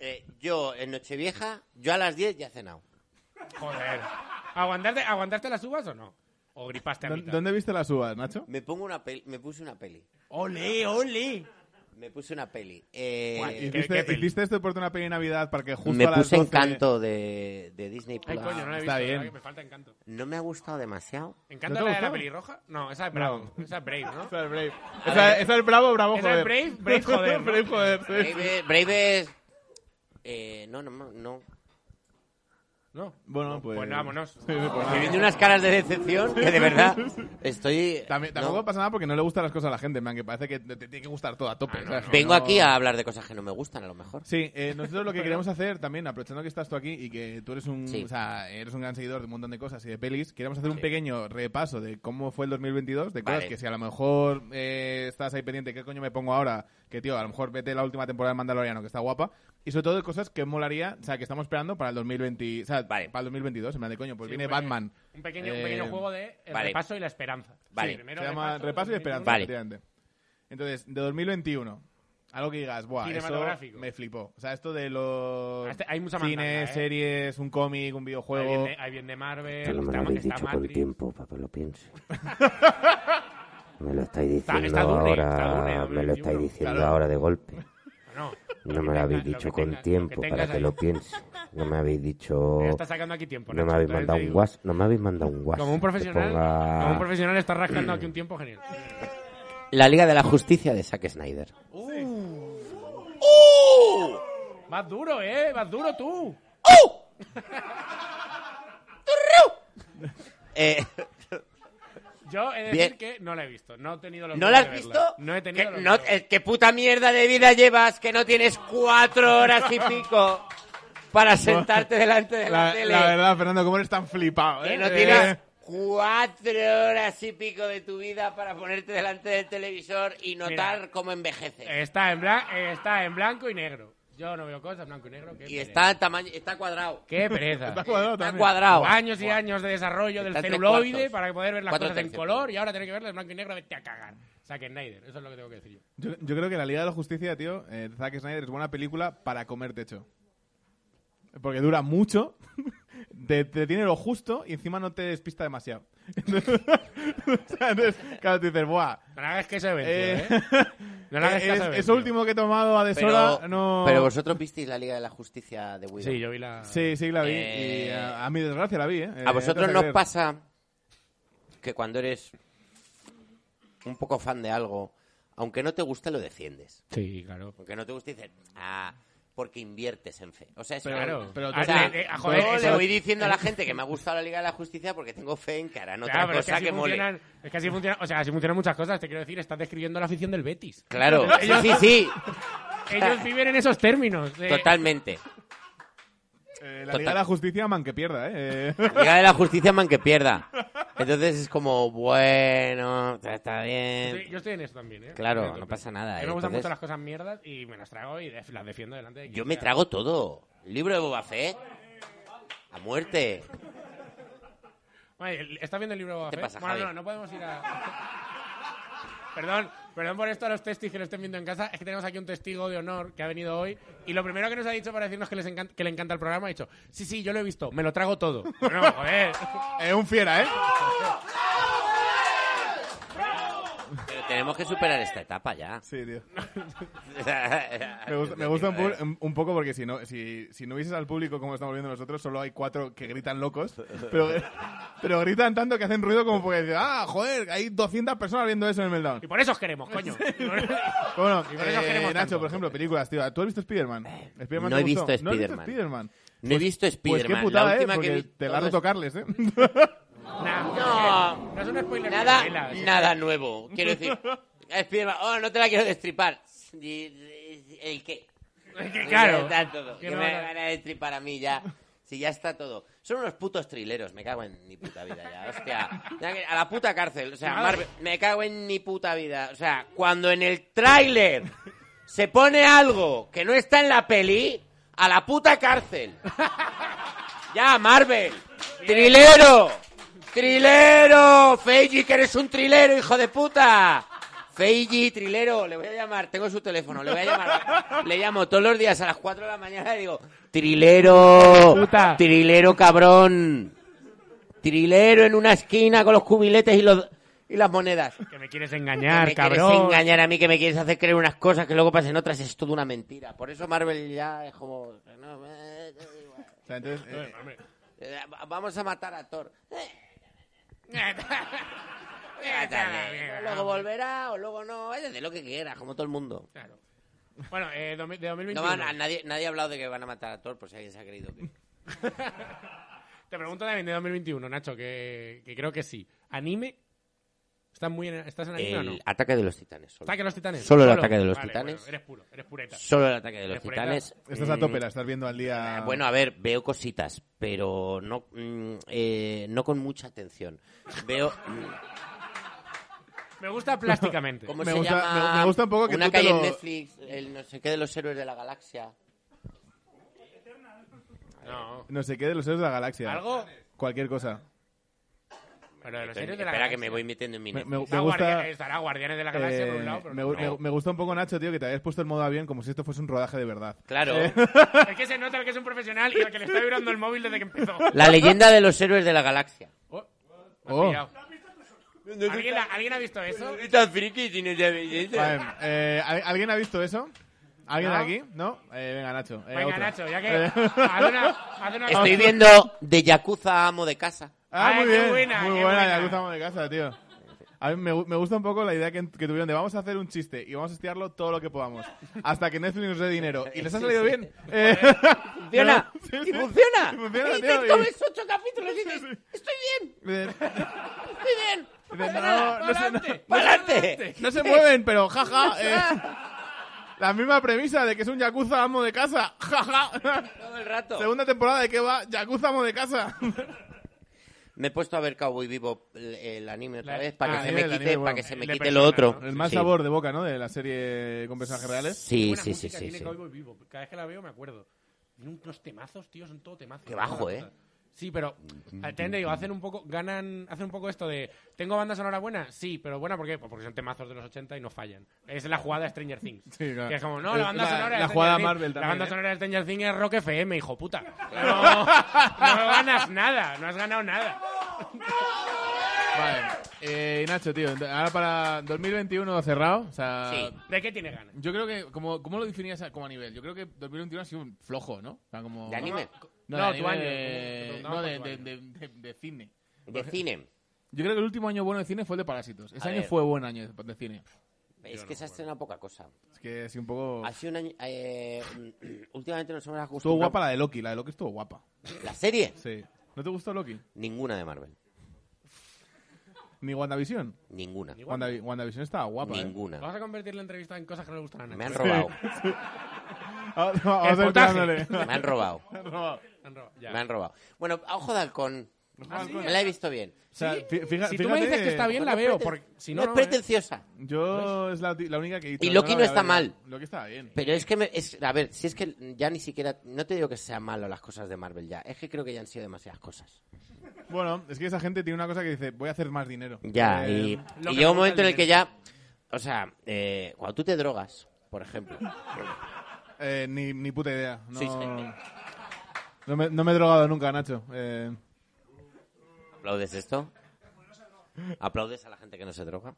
Eh, yo en Nochevieja, yo a las 10 ya he cenado. Joder. ¿Aguantarte, ¿Aguantaste las uvas o no? ¿O gripaste a ¿Dó- mitad? ¿Dónde viste las uvas, Nacho? Me pongo una peli, me puse una peli. ¡Ole, ole! Me puse una peli. Eh, Guay. ¿Y ¿Qué- ¿Hiciste, qué peli? hiciste esto por una peli de Navidad para que justo me a las puse 12 encanto de, de Disney eh. Ay, Plus. coño, no la he visto. Está la bien. verdad que Me falta encanto. No me ha gustado demasiado. ¿Encanto la de ¿No te la gustó? Pues pelirroja? No, esa es Bravo. Esa es Brave, ¿no? Esa es Brave. Esa, esa es Bravo, Bravo, Esa joder. es Brave, Brave, joder, ¿no? Brave, joder, sí. Brave, Brave es- eh, no, no, no. No. Bueno, pues... Pues nada, vámonos. Sí, sí, pues Me nada. vienen unas caras de decepción que de verdad estoy. También- no. tampoco pasa nada porque no le gustan las cosas a la gente, man, que parece que te, te tiene que gustar todo a tope. Ah, no, ¿sabes? no. Vengo No- aquí a hablar de cosas que no me gustan, a lo mejor. Sí, eh, nosotros lo que queremos hacer también, aprovechando que estás tú aquí y que tú eres un, Sí. o sea, eres un gran seguidor de un montón de cosas y de pelis, queremos hacer un pequeño repaso de cómo fue el 2022, de cosas Vale. que si a lo mejor eh, estás ahí pendiente, ¿qué coño me pongo ahora? que, tío, a lo mejor vete la última temporada de Mandaloriano, que está guapa. Y sobre todo de cosas que molaría, o sea, que estamos esperando para el 2020, o sea, Vale. para el 2022, en plan de coño, pues Sí, viene un pequeño- Batman. Un pequeño, un Eh, pequeño juego de el vale. repaso y la esperanza. Vale. Sí, primero se llama Repaso y Esperanza, Vale. efectivamente. Entonces, de 2021, algo que digas, buah, eso Cinematográfico. me flipó. O sea, esto de los Ah, este- hay mucha cine, mandanga, ¿eh? series, un cómic, un Ahí videojuego... viene, ahí viene Marvel, Que no me está, lo habéis está dicho por el Matrix. tiempo, para que lo piense. me lo estáis Está- diciendo está Dune, ahora, está Dune, me lo estáis 2021, diciendo claro. ahora de golpe. No, No me lo habéis tenga- dicho que con tenga- lo que tiempo para tengas que ahí. lo piense. No me habéis dicho. Ya está sacando aquí tiempo. No me Nacho, habéis también mandado te un digo. WhatsApp. No me habéis mandado un WhatsApp. Como un que profesional, ponga- como un profesional está rascando aquí un tiempo genial. La Liga de la Justicia de Zack Snyder. Vas duro, eh, vas duro tú. Eh, Yo he de Bien. decir que no la he visto. No he tenido los ¿No la huevos has de visto? verla. No he tenido. ¿Qué, los no- huevos. eh, ¿Qué puta mierda de vida llevas que no tienes cuatro horas y pico para sentarte delante de la, La, tele? la verdad, Fernando, ¿cómo eres tan flipado? Que eh? no Eh, tienes cuatro horas y pico de tu vida para ponerte delante del televisor y notar Mira. cómo Eh, envejeces. Está en blanco, está en blanco y negro. Yo no veo cosas en blanco y negro. qué y pereza. está tamaño, está cuadrado. Qué pereza. Está cuadrado Está también. cuadrado. Años y años de desarrollo del Está tres celuloide cuartos. para poder ver las Cuatro cosas en tercios. color y ahora tener que verlas en blanco y negro. Vete a cagar. Zack Snyder. Eso es lo que tengo que decir yo. Yo, yo creo que la Liga de la Justicia, tío, eh, de Zack Snyder es buena película para comer techo. Porque dura mucho, te, te tiene lo justo y encima no te despista demasiado. Entonces, o sea, entonces, claro, te dices, buah. No le hagas que se eh, vence, ¿eh? No le hagas es- caso a Ben, eso tío. último que he tomado a deshora no. pero vosotros visteis la Liga de la Justicia de Widow. Sí, yo vi la. Sí, sí, la vi. Eh, Y a, a mi desgracia la vi, ¿eh? A Eh, te vas vosotros nos creer. pasa que cuando eres un poco fan de algo, aunque no te guste, lo defiendes. Sí, claro. Aunque no te guste, dices, ah, porque inviertes en fe. O sea, es Pero- algo- Claro. pero O Ah, sea, eh, eh, ah, yo joder, le eso- voy diciendo a la gente que me ha gustado la Liga de la Justicia porque tengo fe en que harán otra Claro, pero es que cosa así que, mole. funcionan, es que así funcionan, o sea, así funcionan muchas cosas, te quiero decir, estás describiendo la afición del Betis. Claro, sí, sí, sí, Ellos viven en esos términos. de- totalmente. Eh, la Liga de la Justicia, man, que pierda, ¿eh? Eh, Liga de la Justicia, man, que pierda. Entonces es como, bueno, está Sí, bien. yo estoy en eso también, ¿eh? Claro, Estoy en no eso. pasa nada. ¿eh? A mí me gustan Entonces, mucho las cosas mierdas y me las trago y def- las defiendo delante de quien Yo me sea. trago todo. Libro de Boba Fett. A muerte. Oye, el- ¿Estás viendo el libro de Boba ¿Qué te Fett? pasa, Bueno, Javi? no, no podemos ir a... perdón, perdón por esto a los testis que lo estén viendo en casa. Es que tenemos aquí un testigo de honor que ha venido hoy y lo primero que nos ha dicho para decirnos que, les encanta- que le encanta el programa ha dicho, sí, sí, yo lo he visto, me lo trago todo. Bueno, joder. eh, un fiera, ¿eh? Pero tenemos que superar esta etapa ya. Sí, tío. Me gusta, me Yo gusta un, digo, pu- un- un poco porque si no, si, si no vieses al público como estamos viendo nosotros, solo hay cuatro que gritan locos, pero, pero gritan tanto que hacen ruido como porque dicen, ah, joder, hay 200 personas viendo eso en el meltdown. Y por eso os queremos, coño. Y por- Bueno, y por eso os eh, queremos Nacho, tanto. por ejemplo, películas, tío. ¿Tú has visto Spider-Man? Spider-Man no te he gustó? visto ¿No has Spider-Man. Spider-Man? No he visto Pues Spider-Man. qué la putada, ¿eh? última que Porque vi- te la roto todo Carles, ¿eh? Nah, No. no es un spoiler. es- de Nada, novela, es un- nada nuevo. Quiero decir, Spider-Man, oh, no te la quiero destripar. Y- ¿El qué? que claro. Ya Está todo. Que Que no, me no. van a destripar a mí ya. Si ya está todo. Son unos putos trileros, me cago en mi puta vida ya. Hostia. Ya que- A la puta cárcel. O sea, Nada. Marvel, me cago en mi puta vida. O sea, cuando en el tráiler se pone algo que no está en la peli, a la puta cárcel. Ya, Marvel. Trilero. Trilero. Feiji, que eres un trilero, hijo de puta. Feiji, trilero, le voy a llamar, tengo su teléfono, le voy a llamar. Le llamo todos los días a las 4 de la mañana y digo, trilero, Puta. trilero cabrón. Trilero en una esquina con los cubiletes y los y las monedas. Que me quieres Que engañar, me quieres cabrón. engañar a mí, que me quieres hacer creer unas cosas que luego pasen otras, es todo una mentira. Por eso Marvel ya es como... no, eh, da igual. O sea, entonces, eh, Eh, Vamos a matar a Thor. Eh, Ah, Luego volverá o luego no. Es de lo que quiera, como todo el mundo. Claro. Bueno, eh, dos mil- de 2021. No van a- nadie, nadie ha hablado de que van a matar a Thor, por si alguien se ha creído que. Te pregunto también de 2021, Nacho, que, que creo que sí. ¿Anime? ¿Estás, muy en- ¿Estás en anime o no? El ataque de los titanes. Solo, ¿Ataque a los titanes? Solo el ataque de los Vale, titanes. bueno, eres puro, eres pureta. Solo el ataque de los ¿Es pureta? titanes. estás a Mm, ah, tope, la estás viendo al día... Bueno, a ver, veo cositas, pero no, mm, eh, no con mucha atención. Veo. mm, Me gusta plásticamente. ¿Cómo Me se gusta- llama? me- me gusta un poco que Una tú te calle lo- en Netflix, el no sé qué de los héroes de la galaxia. No. No sé qué de los héroes de la galaxia. ¿Algo? Cualquier cosa. Pero de los Espera héroes de la espera que me galaxia. voy metiendo en mi Me, Netflix. me- me Está gusta. Guardia- Estará Guardianes de la Galaxia por eh, un lado, pero me, no. gu- me- me gusta un poco, Nacho, tío, que te habías puesto el modo avión como si esto fuese un rodaje de verdad. Claro. Es que se nota que es un profesional y al que le está vibrando el móvil desde que empezó. La leyenda de los héroes de la galaxia. Oh, me has Oh. pillado. ¿Alguien, la- alguien ha visto eso? Vale, eh, ¿al- ¿Alguien ha visto eso? ¿Alguien No. de aquí? ¿No? Eh, venga, Nacho. eh, Venga, otro. Nacho, ya que. Eh, Haz una, haz una Estoy viendo de Yakuza a Amo de Casa. ah, Ay, muy qué bien. buena, muy qué buena, buena. ya gustamos de casa, tío. A mí me, gu- me gusta un poco la idea que, que tuvieron de vamos a hacer un chiste y vamos a estirarlo todo lo que podamos hasta que Netflix nos dé dinero. ¿Y les ha salido bien? Eh, ¡Funciona! Sí, sí. ¡Y funciona! Y funciona, Y tío, te y- comes ocho capítulos y dices, estoy bien, eh, estoy bien. no, no se- no- ¡Pa'lante! No se mueven, pero jaja. eh, la misma premisa de que es un Yakuza amo de casa. Jaja. Todo el rato. Segunda temporada de que va Yakuza amo de casa. Me he puesto a ver Cowboy Vivo el, el anime otra La- vez para Ah, que se el me anime, quite, el anime, para bueno. que se me El de quite lo persona, otro. ¿no? El mal Sí. sabor ¿eh? de boca, ¿no? De la serie con personajes reales. Sí, Buena sí, sí, música sí, tiene sí. Cowboy Vivo. Cada vez que la veo me acuerdo. Tiene unos temazos, tío, son todo temazos. Qué bajo, ¿eh? Sí, pero eh, también te digo, hacen un poco, ganan, hacen un poco esto de, ¿tengo banda sonora buena? Sí, pero buena ¿por qué? Pues porque son temazos de los 80 y no fallan. Es la jugada de Stranger Things. Sí, claro. Que es como, no, Es la banda la- sonora de la Stranger jugada Things- Marvel La también, banda ¿eh? sonora de Stranger Things es Rock FM, hijo puta. No, no ganas nada, no has ganado nada. Vale. Eh, y Nacho, tío, ent- ahora para 2021 cerrado. O sea, Sí. ¿De qué tiene ganas? Yo creo que, como, ¿cómo lo definirías a- como a nivel? Yo creo que 2021 ha sido un flojo, ¿no? O sea, como- ¿De anime? No, No, de tu anime, año. de- Te preguntaba no, por de, tu de- año. de- de- de cine. De cine. Yo creo que el último año bueno de cine fue el de Parásitos. Ese A año ver. fue buen año de- de cine. Es que se ha estrenado poca cosa. Es que así un poco... Ha sido un año... eh, últimamente nos hemos Estuvo acostumbrado... guapa la de Loki, la de Loki estuvo guapa. ¿La serie? Sí. ¿No te gustó Loki? Ninguna de Marvel. Ni WandaVision. Ninguna. Wandavi- WandaVision estaba guapa. ¿eh? Ninguna. Vamos a convertir la entrevista en cosas que no le gustan a nadie. Me han robado. Ah, Vamos a ir potaje. dándole. Me han robado. Me No. han robado, ya. Me han robado. Bueno, a ojo de halcón. Me la he visto bien. O sea, fí- fija- Si tú me fíjate- dices que está bien, la veo. Porque, si no, no, no, ¿eh? es pretenciosa. Yo es la, la única que he dicho. Y Loki la no voy a está ver. mal. Loki estaba bien. Pero es que, me- es, a ver, si es que ya ni siquiera, no te digo que sea malo las cosas de Marvel ya, es que creo que ya han sido demasiadas cosas. Bueno, es que esa gente tiene una cosa que dice, voy a hacer más dinero. Ya, Eh, Lo y, y que llega un pregunta momento en el el que ya, o sea, eh, cuando tú te drogas, por ejemplo, eh, ni, ni puta idea. No, Sí, sí. No, me, no me he drogado nunca, Nacho. Eh, ¿aplaudes esto? ¿Aplaudes a la gente que no se droga?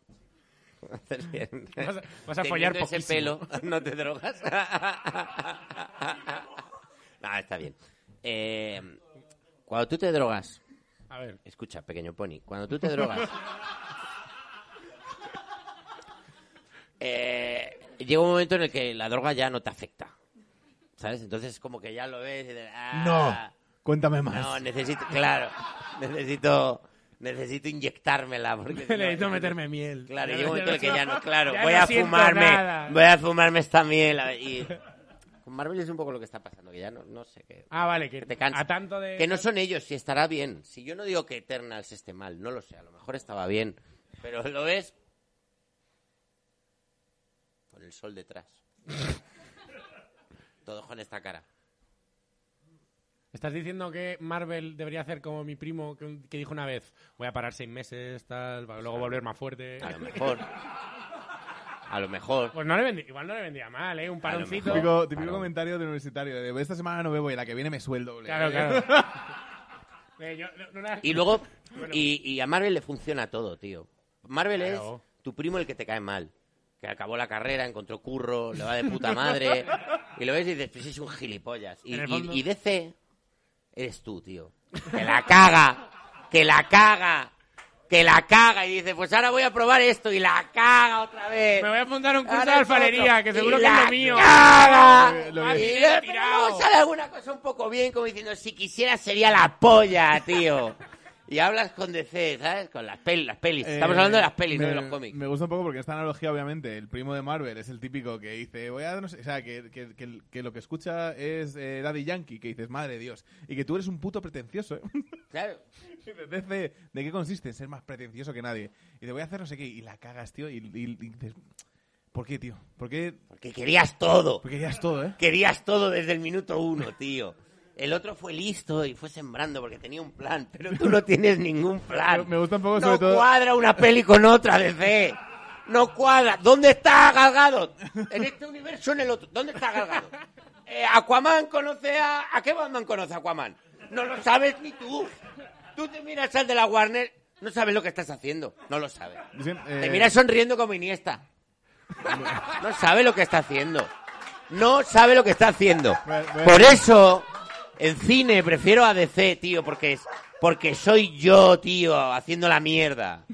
Haces bien. Vas a- vas a follar Teniendo ese poquísimo. pelo, ¿no te drogas? Nada, está bien. Eh, cuando tú te drogas, A ver. Escucha, pequeño pony, cuando tú te drogas. eh, llega un momento en el que la droga ya no te afecta. ¿Sabes? Entonces, como que ya lo ves y dices, "Ah, No, cuéntame más. No, necesito, claro, necesito. Necesito inyectármela porque si no- Necesito meterme miel. Claro, Ya llega un no- momento en el que ya no, claro, ya voy no a siento fumarme, nada. voy a fumarme esta miel a ver, y con Marvel es un poco lo que está pasando, que ya no, no sé qué. Ah, vale, que, Que te cansa. a tanto de Que no son ellos, si estará bien. Si yo no digo que Eternals esté mal, no lo sé, a lo mejor estaba bien. Pero lo ves con el sol detrás. Todo con esta cara. Estás diciendo que Marvel debería hacer como mi primo que, un- que dijo una vez, voy a parar seis meses, tal, para luego volver más fuerte. A lo mejor. A lo mejor. Pues no le vendría, igual no le vendría mal, ¿eh? Un paroncito. Típico, típico Parón. comentario de universitario. de, esta semana no bebo y la que viene me sueldo. Claro, claro. Eh, yo- no- no- Y luego, y, y a Marvel le funciona todo, tío. Marvel Claro. es tu primo el que te cae mal. Que acabó la carrera, encontró curro, le va de puta madre. y lo ves y dices, pues es un gilipollas. Y, En el y- fondo. y DC, eres tú, tío. Que la caga, que la caga, que la caga. Y dices, pues ahora voy a probar esto y la caga otra vez. Me voy a apuntar a un curso Ahora de es alfarería, otro. que seguro Y que es la lo mío. caga. Eh, lo que- Y Ahí luego- he pero tirado. luego sale alguna cosa un poco bien, como diciendo, si quisiera sería la polla, tío. y hablas con DC, ¿sabes? Con las, pel- las pelis. Estamos hablando de las pelis, no de los cómics. Eh, Me gusta un poco porque esta analogía, obviamente, el primo de Marvel es el típico que dice, voy a, no sé, o sea, que, que- que- que lo que escucha es eh, Daddy Yankee, que dices, madre de Dios, y que tú eres un puto pretencioso, ¿eh? Claro. Y dices, "DC, ¿de qué consiste en ser más pretencioso que nadie? Y te voy a hacer no sé qué, y la cagas, tío, y, y- y dices, ¿por qué, tío? ¿Por qué? Porque querías todo. Porque querías todo, ¿eh? Querías todo desde el minuto uno, tío. El otro fue listo y fue sembrando porque tenía un plan, pero tú no tienes ningún Pero plan. Me gusta un poco, sobre No todo... cuadra una peli con otra, DC. No cuadra. ¿Dónde está Galgado? En este universo, en el otro. ¿Dónde está Galgado? Eh, Aquaman conoce a... ¿A qué Batman conoce a Aquaman? No lo sabes ni tú. Tú te miras al de la Warner, no sabes lo que estás haciendo. No lo sabes. Dicen, eh, Te mira sonriendo como Iniesta. No sabe lo que está haciendo. No sabe lo que está haciendo. Bueno, bueno. Por eso, en cine prefiero a DC, tío, porque es porque soy yo, tío, haciendo la mierda.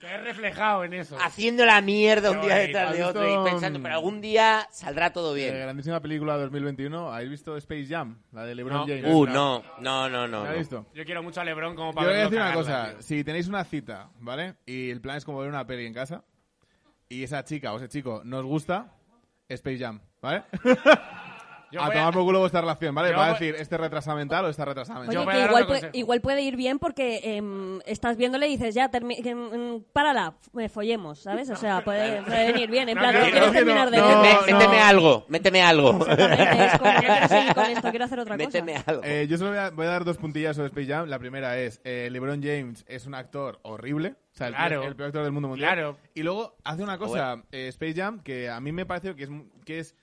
Te he reflejado en eso. Haciendo la mierda un Qué día bonito. detrás de ¿Has otro visto, y pensando, mm, pero algún día saldrá todo eh, bien. grandísima película 2021. ¿Habéis visto Space Jam? La de LeBron No. James. Uh, no, no, no, no. ¿La habéis no. visto? Yo quiero mucho a Lebron como Yo para voy a verlo decir una cagarla, cosa. tío. Si tenéis una cita, ¿vale? Y el plan es como ver una peli en casa. Y esa chica o ese chico nos gusta Space Jam, ¿vale? Yo a voy a- tomar por culo vuestra relación, ¿vale? Yo Va a voy- decir, este retrasa mental o esta retrasa Yo Oye, mental. voy a que dar igual, otro puede- consejo. igual puede ir bien porque em, estás viéndole y dices, ya, termi- que, mm, párala, f- follemos, ¿sabes? O sea, puede, puede venir bien. En No, plan, que no, no, quieres que terminar no, de no, ver. Mete- Méteme algo, méteme algo. Exactamente, es como, ya quiero seguir con esto, quiero hacer otra cosa. Méteme algo. Eh, yo solo voy a, voy a dar dos puntillas sobre Space Jam. La primera es, eh, LeBron James es un actor horrible. O sea, el, peor- Claro. el peor actor del mundo mundial. Claro. Y luego hace una cosa, eh, Space Jam, que a mí me parece que es... mu- Que es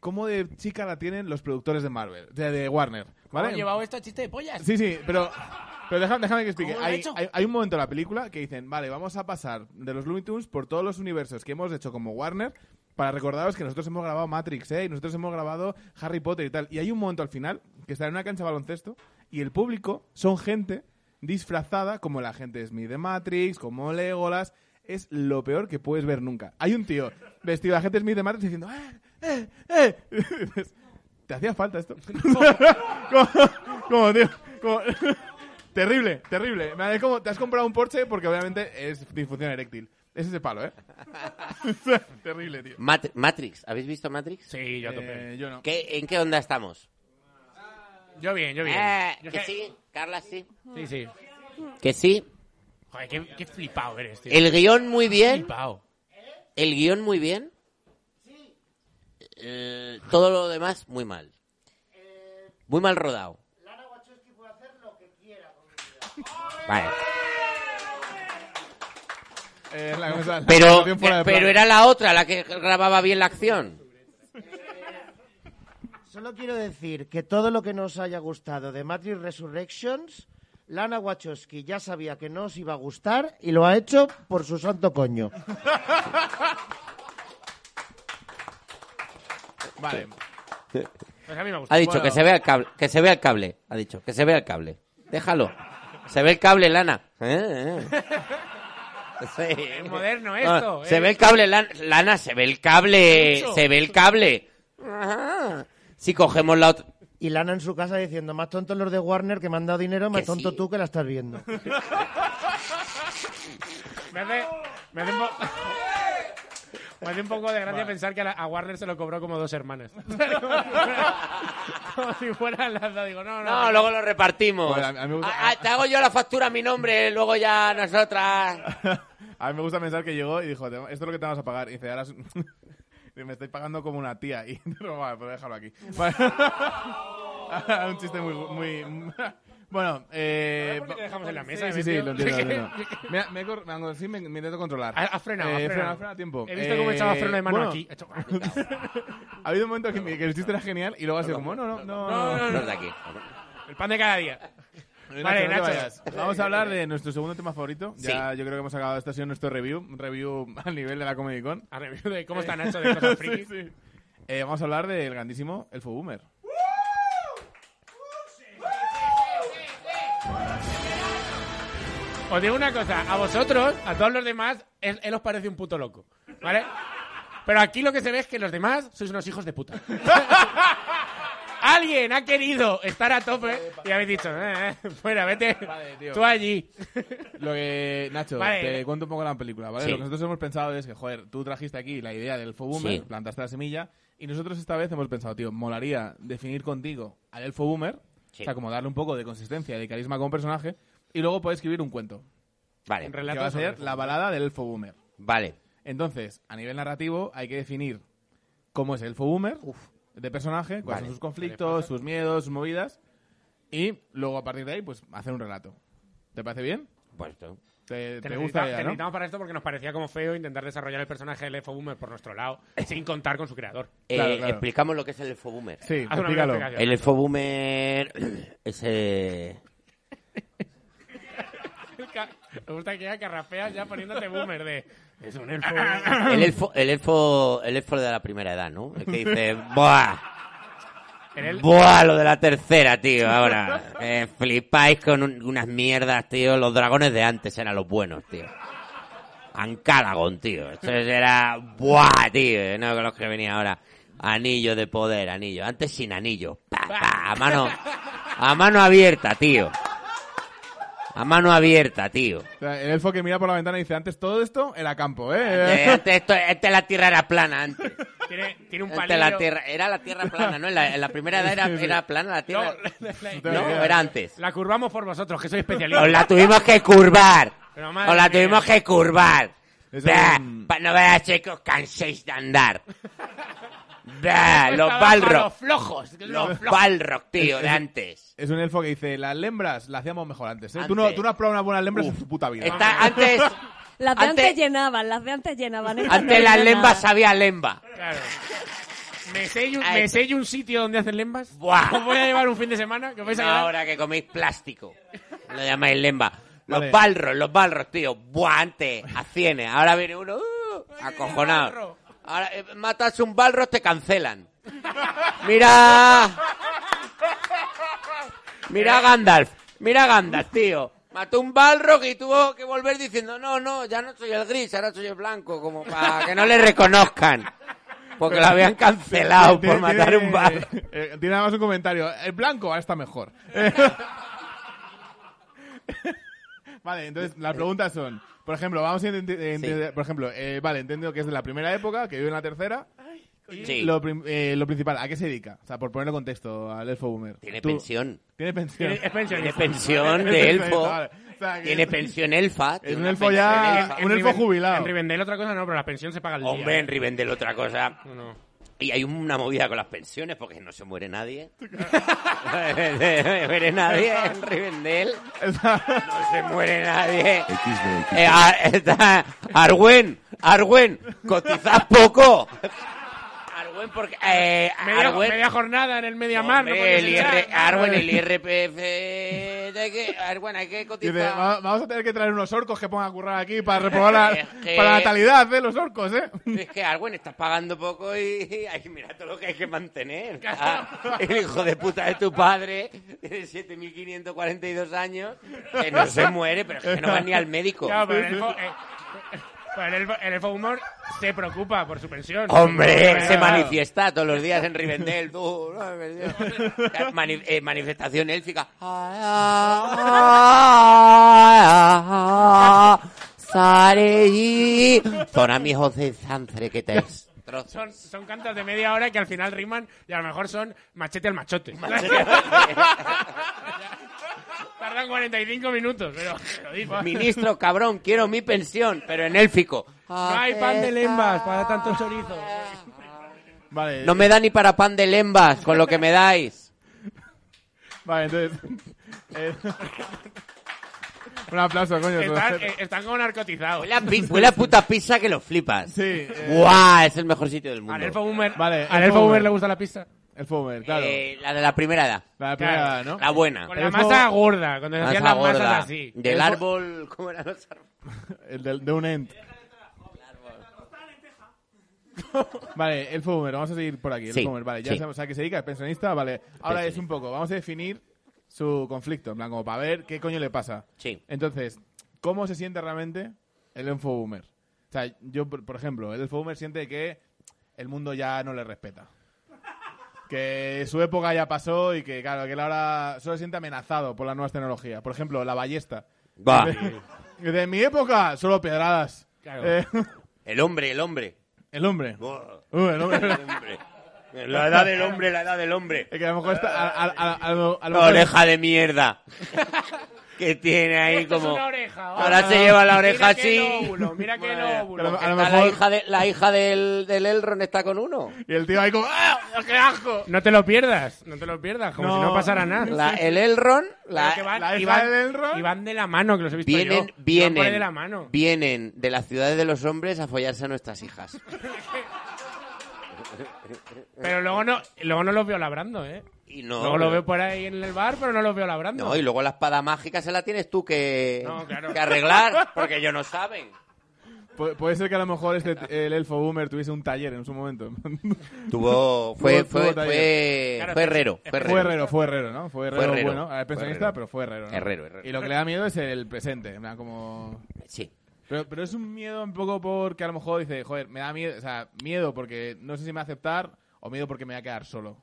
¿Cómo de chica la tienen los productores de Marvel? De, de Warner, ¿vale? ¿Cómo he llevado este- esto a chiste de pollas? Sí, sí, pero, pero déjame, déjame que explique. ¿Cómo lo han Hay, hecho? hay- hay un momento en la película que dicen, vale, vamos a pasar de los Looney Tunes por todos los universos que hemos hecho como Warner para recordaros que nosotros hemos grabado Matrix, ¿eh? Y nosotros hemos grabado Harry Potter y tal. Y hay un momento al final que está en una cancha de baloncesto y el público son gente disfrazada como la gente Smith de Matrix, como Legolas. Es lo peor que puedes ver nunca. Hay un tío vestido de agente Smith de Matrix diciendo, ¡eh, eh, eh! Y dices, ¿Te hacía falta esto? como, como, tío, como- terrible, terrible. Me- Es como, te has comprado un Porsche porque obviamente es disfunción eréctil. Es ese palo, ¿eh? terrible, tío. Mat- Matrix, ¿habéis visto Matrix? Sí, yo a tope. Eh, yo no. ¿Qué- ¿En qué onda estamos? Yo bien, yo bien. Eh, Yo que es que- sí, Carla sí. Sí, sí. Que sí. Joder, qué, qué flipado eres, tío. El guión muy bien. Flipado. El guión muy bien. Eh, todo lo demás muy mal. Muy mal rodado. Vale. Eh, la cosa- la Pero, relación fuera de pero plano. era la otra la que grababa bien la acción. Solo quiero decir que todo lo que nos haya gustado de Matrix Resurrections, Lana Wachowski ya sabía que no os iba a gustar y lo ha hecho por su santo coño. Vale. Pues a mí me gusta. Ha dicho Bueno. que se vea el cable, que se vea el cable, ha dicho, que se vea el cable. Déjalo. Se ve el cable, Lana. Eh, eh. Sí. Es moderno esto, Ah, Se eh. ve el cable, Lan- Lana, se ve el cable, Mucho. se ve el cable. Ajá. Si cogemos la otra Y Lana en su casa diciendo, más tontos los de Warner que me han dado dinero, más Que tonto sí. tú que la estás viendo. Me hace, me hace un po- me hace un poco de gracia pensar que a, la- a Warner se lo cobró como dos hermanas. como si fuera Laza. Digo, no, no. No, luego lo repartimos. Bueno, a mí- a mí me gusta- Ah, ah, te hago yo la factura a mi nombre, luego ya nosotras. a mí me gusta pensar que llegó y dijo, "Te- esto es lo que te vamos a pagar. Y dice, ahora... es- y me estáis pagando como una tía. Y digo, vale, pues déjalo aquí. Vale. un chiste muy... muy... bueno, eh... ¿Por qué te dejamos en la mesa? Sí, eh, sí, sí, tío? lo entiendo. lo entiendo. Me, me, he cor- me, hago- sí, me, me intento controlar. Ha, ha frenado, Eh, ha frenado. frena, frena a tiempo. He visto cómo echaba Eh, freno de mano bueno, aquí. Ha hecho- Ha habido un momento que, que el chiste era genial y luego ha sido como, no, no, no. No, no, No no. es de aquí. El pan de cada día. Nacho, Vale, no te Nacho. vayas. Vamos a hablar de nuestro segundo tema favorito. Sí. Ya yo creo que hemos acabado esta sesión nuestro review, un review al nivel de la Comedy Con. A review de cómo está Nacho de cosas frikis. Sí, sí. Eh, vamos a hablar del grandísimo El Boomer. Os digo una cosa, a vosotros, a todos los demás, él, él os parece un puto loco, ¿vale? Pero aquí lo que se ve es que los demás sois unos hijos de puta. alguien ha querido estar a tope y habéis dicho, eh, eh, fuera, vete tío. tú allí. Lo que, Nacho, Vale. te cuento un poco la película, ¿vale? Sí. Lo que nosotros hemos pensado es que, joder, tú trajiste aquí la idea del elfo boomer, Sí. plantaste la semilla, y nosotros esta vez hemos pensado, tío, molaría definir contigo al elfo boomer, Sí. o sea, como darle un poco de consistencia y de carisma con personaje, y luego puedes escribir un cuento, Vale, que va a sobre ser la balada del elfo boomer. vale. Entonces, a nivel narrativo, hay que definir cómo es el elfo boomer de personaje, cuáles Vale. son sus conflictos, sus miedos, sus movidas, y luego a partir de ahí, pues, hacer un relato. ¿Te parece bien? Puesto. Te, Te, te necesita- gusta te ya, ¿no? necesitamos para esto porque nos parecía como feo intentar desarrollar el personaje del Efo Boomer por nuestro lado, sin contar con su creador. Eh, Claro, claro. Explicamos lo que es el elfo boomer. Sí, Haz una breve explícalo. explicación. El elfo boomer es, eh, Ca- Me gusta que ya carrapeas ya poniéndote boomer de... Es un elfo. boomer". el elfo, el elfo, el elfo de la primera edad, ¿no? El que dice, ¡buah! El el- ¡Buah! Lo de la tercera, tío, ahora. Eh, flipáis con un- unas mierdas, tío. Los dragones de antes eran los buenos, tío. Ancalagon, tío. Eso era, ¡buah, tío! No, con los que venía ahora. Anillo de poder, anillo. Antes sin anillo. Pa, pa, a mano, a mano abierta, tío. A mano abierta, tío. O sea, el elfo que mira por la ventana y dice, antes todo esto era campo, ¿eh? Eh, Antes, esto, antes la tierra era plana, antes. Tiene, tiene un palillo. Antes la tierra, era la tierra plana, ¿no? En la, en la primera edad era, era plana la No, tierra. la- la- No No, tengo idea. era antes. la curvamos por vosotros, que soy especialista. Os la tuvimos que curvar. Pero madre Os la mía. tuvimos que curvar. Es Bah, un- pa- no veas, chicos, canséis de andar. Estaba Bah, los para Los balros. flojos. Los Los flojos. balros, tío, de antes. Es un elfo que dice, las lembras las hacíamos mejor antes, ¿eh? Tú no, Antes. tú no has probado una buena lembra en tu puta vida. Está, antes, Las de antes, Antes- llenaban, las de antes llenaban. estas antes no la llenan lemba nada. sabía a lemba. Claro. Me sé, un, Ah, me es- sé un sitio donde hacen lembas. Buah. Os voy a llevar un fin de semana que os vais a No, quedar. ahora que coméis plástico. Lo llamáis lemba. Los Vale. balros, los balros, tío. Buah, antes, a cienes. Ahora viene uno, uh, acojonado. balro. Ahora, eh, matas un balro, te cancelan. Mira. Mira a Gandalf. Mira a Gandalf, tío. Mató un balro y tuvo que volver diciendo, no, no, ya no soy el gris, ahora soy el blanco, como para que no le reconozcan. Porque lo habían cancelado por Tiene- matar tiene- un balro. eh, tiene nada más un comentario. El blanco ahora está mejor. vale, entonces las preguntas son, por ejemplo, vamos a intentar... Por ejemplo, eh, vale, entiendo que es de la primera época, que vive en la tercera. Sí, Lo, prim- eh, lo principal, ¿a qué se dedica? O sea, por ponerle contexto al elfo boomer. tiene Tú- pensión. Tiene pensión. Es pensionista. Tiene pensión de elfo. Vale. O sea, que- Tiene pensión elfa. tiene un una elfo ya- pensión un elfo Riven- jubilado. En Rivendell otra cosa no, pero la pensión se paga al día. ¿eh? Hombre, en Rivendell otra cosa. No, no. Y hay una movida con las pensiones porque no se muere nadie. no se muere nadie en Rivendell. O sea, No se muere nadie. XD, XD. Eh, a- está- Arwen, Arwen, cotizad poco. Arwen porque... eh, Media, Arwen, media jornada en el Mediamar. no Hombre, podías el entrar. IR Arwen, el IRPF... de que- Arwen, hay que Dice, cotizar... "Va- vamos a tener que traer unos orcos que pongan a currar aquí para reprobar la, Es que- para la natalidad, ¿eh? Los orcos, ¿eh? Es que Arwen estás pagando poco y, y ay, mira todo lo que hay que mantener. Ah, el hijo de puta de tu padre tiene 7.542 años, que no se muere, pero es que no va ni al médico. Claro, pero el elfo, eh, pero el elfo- el elfo humor se preocupa por su pensión. Hombre, Pero- se manifiesta todos los días en Rivendell. tú, no, me perdió. Mani- eh, manifestación élfica. Sarei. Son amigos de Sanzre que te Son, destrozan. son cantas de media hora que al final riman y a lo mejor son machete al machote. Tardan 45 minutos, pero lo digo. Ministro, cabrón, quiero mi pensión, pero en élfico. No hay pan de lembas para tanto chorizo. Vale, No me da ni para pan de lembas con lo que me dais. vale, entonces... eh, un aplauso, coño. Están, por- eh, están como narcotizados. Huele a, pi- huele a puta pizza que lo flipas. Sí, eh. ¡Guau! Es el mejor sitio del Al mundo. elfo boomer, Vale, al elfo elfo boomer. boomer le gusta la pizza. El Fomer, claro. Eh, la de la primera edad. la primera, claro. ¿no? La buena. Ah, Con El la elfo- masa gorda, cuando se hacían Masa las masas gorda. así. Del árbol. ¿Cómo eran los árboles? El del- de, un end. Vale, el Fomer, vamos a seguir por aquí. El Sí, Fomer, vale, ya sí. sabemos a qué se dedica, es pensionista, vale. Ahora es Pensionista. un poco, vamos a definir su conflicto, en plan, como para ver qué coño le pasa. Sí. Entonces, ¿cómo se siente realmente el elfo boomer? O sea, yo, por por ejemplo, el elfo boomer siente que el mundo ya no le respeta. Que su época ya pasó y que, claro, que él ahora solo se siente amenazado por las nuevas tecnologías. Por ejemplo, la ballesta. Va. De, de mi época, solo pedradas. Claro. Eh, El hombre, el hombre. el hombre. Buah. Uh, el hombre. La edad del hombre, la edad del hombre. Es que a lo mejor está. A, a- a- a lo- a lo La mejor- oreja de mierda. Que tiene ahí Esto es como. una oreja, va. Ahora se lleva la oreja Mira qué así. lóbulo, mira qué Madre. a lo- lóbulo. a lo Está La mejor- hija, de- la hija del, del Elron está con uno. Y el tío ahí como. ¡Ah! ¡Qué asco! No te lo pierdas, no te lo pierdas, como No. si no pasara nada. La- el Elron, la- Pero que van, la hija y van- del Elrond. y van de la mano, que los he visto vienen, yo. Van por ahí vienen, de la mano. vienen de las ciudades de los hombres a follarse a nuestras hijas. Pero luego no, luego no los veo labrando, ¿eh? Y no, luego los veo por ahí en el bar, pero no los veo labrando. no, y luego la espada mágica se la tienes tú que, No, claro. que arreglar, porque ellos no saben. Pu- puede ser que a lo mejor este, el elfo boomer tuviese un taller en su momento. Tuvo, fue, Tuvo- tuvo taller. fue, fue, Claro, fue pero- herrero, fue herrero. Fue herrero, fue herrero, ¿no? Fue herrero, Fue herrero. bueno. A ver, Fue pensionista, herrero. pero fue herrero. ¿no? Herrero, herrero. Y lo que le da miedo es el presente. en plan, como... Sí. pero, pero es un miedo un poco porque a lo mejor dice, joder, me da miedo, o sea, miedo porque no sé si me va a aceptar o miedo porque me voy a quedar solo.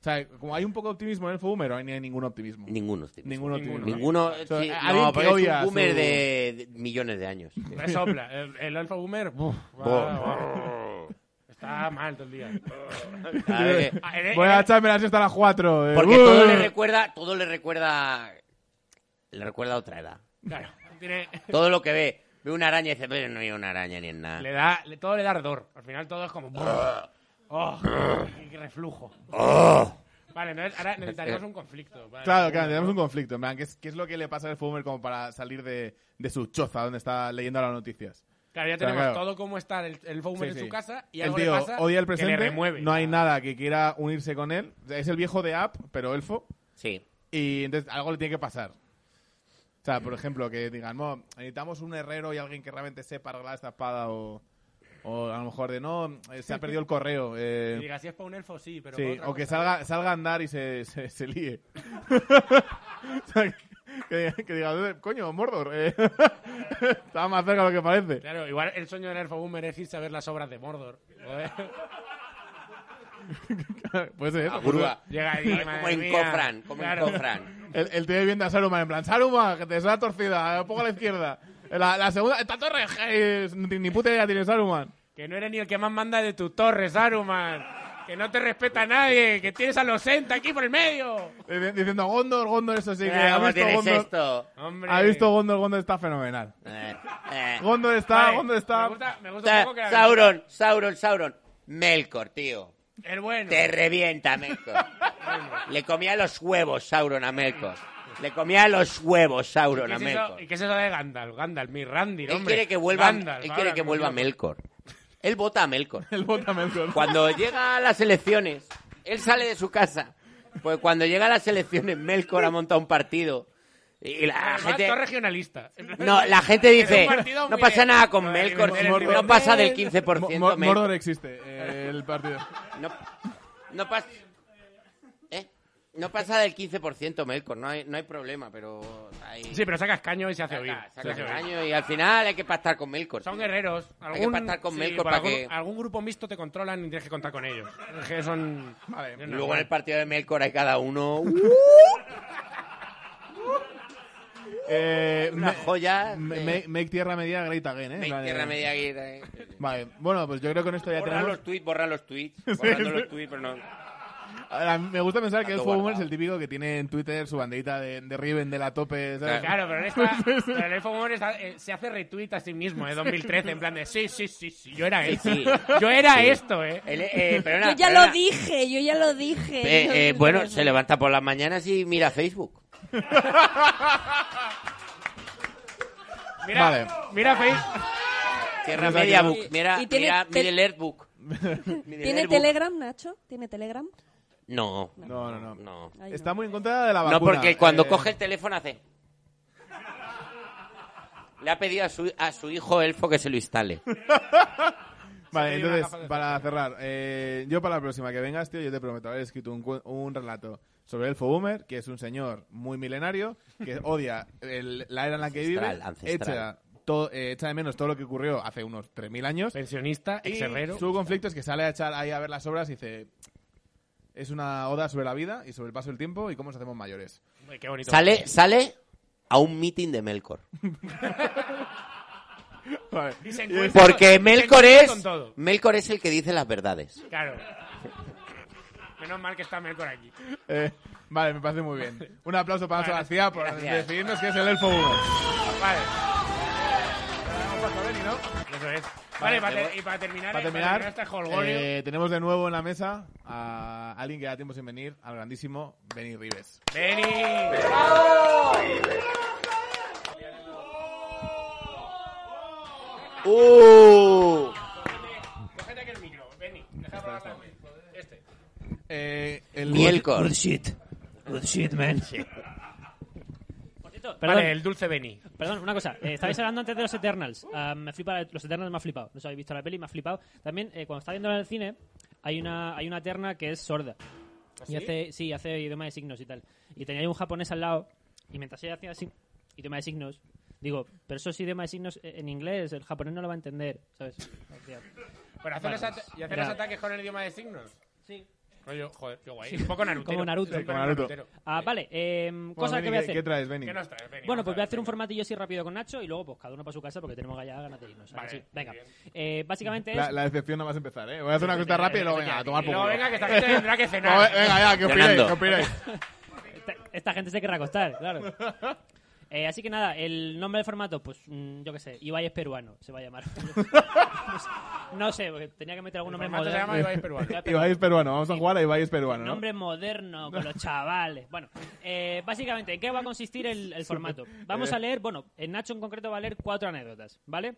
O sea, como hay un poco de optimismo en el boomer o no hay ningún optimismo. Ninguno. tío. Ningún optimismo. ¿no? Ninguno. sea, eh, sí, alguien no, que pero es odia un boomer su- de, de millones de años. Me sopla. El, el alfa boomer, buf, va, va. Está mal todo el día. ¿sabes? Ah, en- Voy en- a echarme la eh, uh. siesta a las 4. Porque todo le recuerda, todo le recuerda, le recuerda a otra edad. Claro, tiene- Todo lo que ve, ve una araña y dice, pero no hay una araña ni en le nada. da, le- todo le da ardor. Al final todo es como... buf. Oh, qué- qué reflujo. Ah. Vale, entonces ahora necesitaremos Eh, un conflicto. Vale. Claro, claro, tenemos un conflicto. En plan, ¿qué es, qué es lo que le pasa al Fumer como para salir de, de su choza donde está leyendo las noticias? Claro, ya Claro, tenemos claro. todo como está el, el boomer Sí, en sí. su casa y el algo tío le pasa odia el que presente, le remueve. no hay nada que quiera unirse con él. O sea, es el viejo de App, pero elfo, Sí. y entonces algo le tiene que pasar. O sea, por ejemplo, que digan, "Mo, necesitamos un herrero y alguien que realmente sepa arreglar esta espada o, o a lo mejor de no, eh, se ha perdido el correo. eh, Y diga, si es para un elfo, sí, pero... Sí, para otra o que cosa". salga, salga a andar y se, se, se líe. O sea, que, que diga, coño, Mordor, eh, estaba más cerca de lo que parece. Claro, igual el sueño del elfo boomer es irse a ver las obras de Mordor. Joder. Puede ser. A grúa. Llega allí, Como madre mía. encofran, como Ah, Claro. encofran. El, el tío viendo a Saruman, en plan, Saruman, que te suena torcida, un poco a la izquierda. La, la segunda, esta torre, eh, es- ni, ni puta idea tiene Saruman. Que no eres ni el que más manda de tu torre, Saruman. Que no te respeta a nadie. Que tienes a los Senta aquí por el medio. Dic- Diciendo, Gondor, Gondor, eso sí que ha Ah, ¿Cómo visto tienes Gondor. esto? Hombre. Ha visto Gondor, Gondor está fenomenal. Eh, eh. Gondor está, Vale, Gondor Me está. gusta, me gusta un Sa- poco que la- Sauron, Sauron, Sauron. Melkor, tío. El bueno. Te revienta, Melkor. Le comía los huevos, Sauron, a Melkor. Le comía los huevos, ¿Y Sauron, qué, a es eso, Melkor. ¿Y qué es eso de Gandalf? Gandalf, mi Randy, Él hombre. quiere que vuelva, Gandalf, él quiere que Gandalf, vuelva Gandalf. Melkor. Él vota a Melkor. El bota Melkor. Cuando llega a las elecciones, él sale de su casa. Pues cuando llega a las elecciones, Melkor ha montado un partido. Y Ah, la Además, gente. todo regionalista. No, la gente Es un dice: partido muy No pasa de- nada con de Melkor. nivel- Mordor. No pasa del Mo- 15%. Mo- Mordor Melkor. existe, eh, el partido. No, no pasa. ¿Eh? No pasa del 15% Melkor, no hay, no hay problema, pero. Hay... Sí, pero saca escaño y se hace oír. saca, Se hace saca oír. caño y al final hay que pactar con Melkor. Son tío. guerreros. que Algún, pactar con Melkor por para algún, que- algún grupo mixto te controlan y tienes que contar con ellos. Es que son... Vale. Y luego en el partido de Melkor hay cada uno. Eh, Una joya. me- eh, make, make tierra media great again, eh. Make Vale. Tierra Media Guerra, eh. Vale, bueno, pues yo creo que con esto ya Borra tenemos. los tweets, borra los tweets. Borrando sí. los tweets, pero no. Ahora, me gusta pensar que el Tanto Boomer es guardado. el típico que tiene en Twitter su banderita de, de Riven de la tope. ¿sabes? Claro, pero, en esta- pero el Elfo Boomer está- eh, se hace retweet a sí mismo, ¿eh? 2013, en plan de sí, sí, sí, sí, yo era esto. sí. Yo era esto, ¿eh? El- eh, perdona, Yo ya perdona. lo dije, yo ya lo dije. Eh, Yo- eh, bueno, se levanta por las mañanas y mira Facebook. Mira, Vale. mira Face. Tierra Nos ha Media quedado- Book. Mira, Y tiene mira te- Middle Earth Book. Middle ¿Tiene Earth Book. Telegram, Nacho? ¿Tiene Telegram? No. No, no, no. No. Ay, no. Está muy en contra de la vacuna. No, porque cuando eh, coge el teléfono hace. Le ha pedido a su, a su hijo elfo que se lo instale. Vale, Se te dio una capa entonces, de para cerrar, eh, yo para la próxima que vengas, tío, yo te prometo haber escrito un, cu- un relato sobre el Boomer, que es un señor muy milenario, que odia el- la era en la que vive, Ancestral, ancestral. Echa, to- eh, echa de menos todo lo que ocurrió hace unos 3.000 años, Pensionista, y ex herrero. su conflicto es que sale a echar ahí a ver las obras y dice, Es una oda sobre la vida y sobre el paso del tiempo y cómo nos hacemos mayores. Hombre, qué bonito. Sale, sale a un meeting de Melkor. Vale. Y se encuentra- Porque se Melkor encuentra es, con todo. Melkor es el que dice las verdades. Claro. Menos mal que está Melkor aquí. Eh, vale, me parece muy bien. Un aplauso para Nacho Vale, García por gracias. decidirnos que es el elfo 1. Vale. Eso es. Vale, para ter- y para terminar, Para eh, terminar, este jolgorio. eh, tenemos de nuevo en la mesa a alguien que da tiempo sin venir, al grandísimo Benny Rives. Benny. ¡Uh! Cógete aquí el micro, Benny. Déjame hablar. Este. Eh, el- Mielcor. shit. Good shit, man. Por cierto, perdón, Vale, el dulce Benny. perdón, una cosa. Eh, estabais hablando antes de los Eternals. Ah, me flipa, los Eternals me ha flipado. No sé si habéis visto la peli, me ha flipado. También, eh, cuando estaba viendo en el cine, hay una, hay una Eterna que es sorda. Y hace, sí, hace idioma de signos y tal. Y tenía ahí un japonés al lado, y mientras ella hacía así, idioma de signos, digo, pero eso es idioma de signos eh, en inglés, el japonés no lo va a entender, ¿sabes? Hostia. Pero hacer, los Vale. ata- y hacer los Era- ataques con el idioma de signos. Sí. Rollo, joder, qué guay. Un poco Naruto. Como Naruto. Un poco Como Naruto. Narutero. Ah, vale, eh, Bueno, cosa Benny, que voy a ¿qué- ¿Qué hacer. traes, Benny? ¿Qué nos traes, Benny? Bueno, pues Vamos voy a hacer un ver. formatillo así rápido con Nacho y luego pues cada uno para su casa porque tenemos ya ganas de irnos. ¿a que Vale, sí? Venga. muy bien. Eh, básicamente es... La, la decepción no vas a empezar, ¿eh? Voy a hacer una cosa rápida Efectivamente, y luego venga, a tomar efectivamente. Y poco. luego venga, que esta gente tendrá que cenar. Venga, ya, ¿qué opináis? Cenando. ¿Qué opináis? Esta, esta gente se querrá acostar, claro. Eh, así que nada, el nombre del formato, pues mm, yo qué sé, Ibai es peruano, se va a llamar. No sé, no sé, porque tenía que meter algún El nombre formato se moderno. llama Ibai es peruano. Ibai es peruano, vamos a jugar a Ibai es peruano, ¿no? Nombre moderno, con los chavales. Bueno, eh, básicamente, ¿en qué va a consistir el, el formato? Eh. Vamos a leer, bueno, en Nacho en concreto va a leer cuatro anécdotas, ¿vale?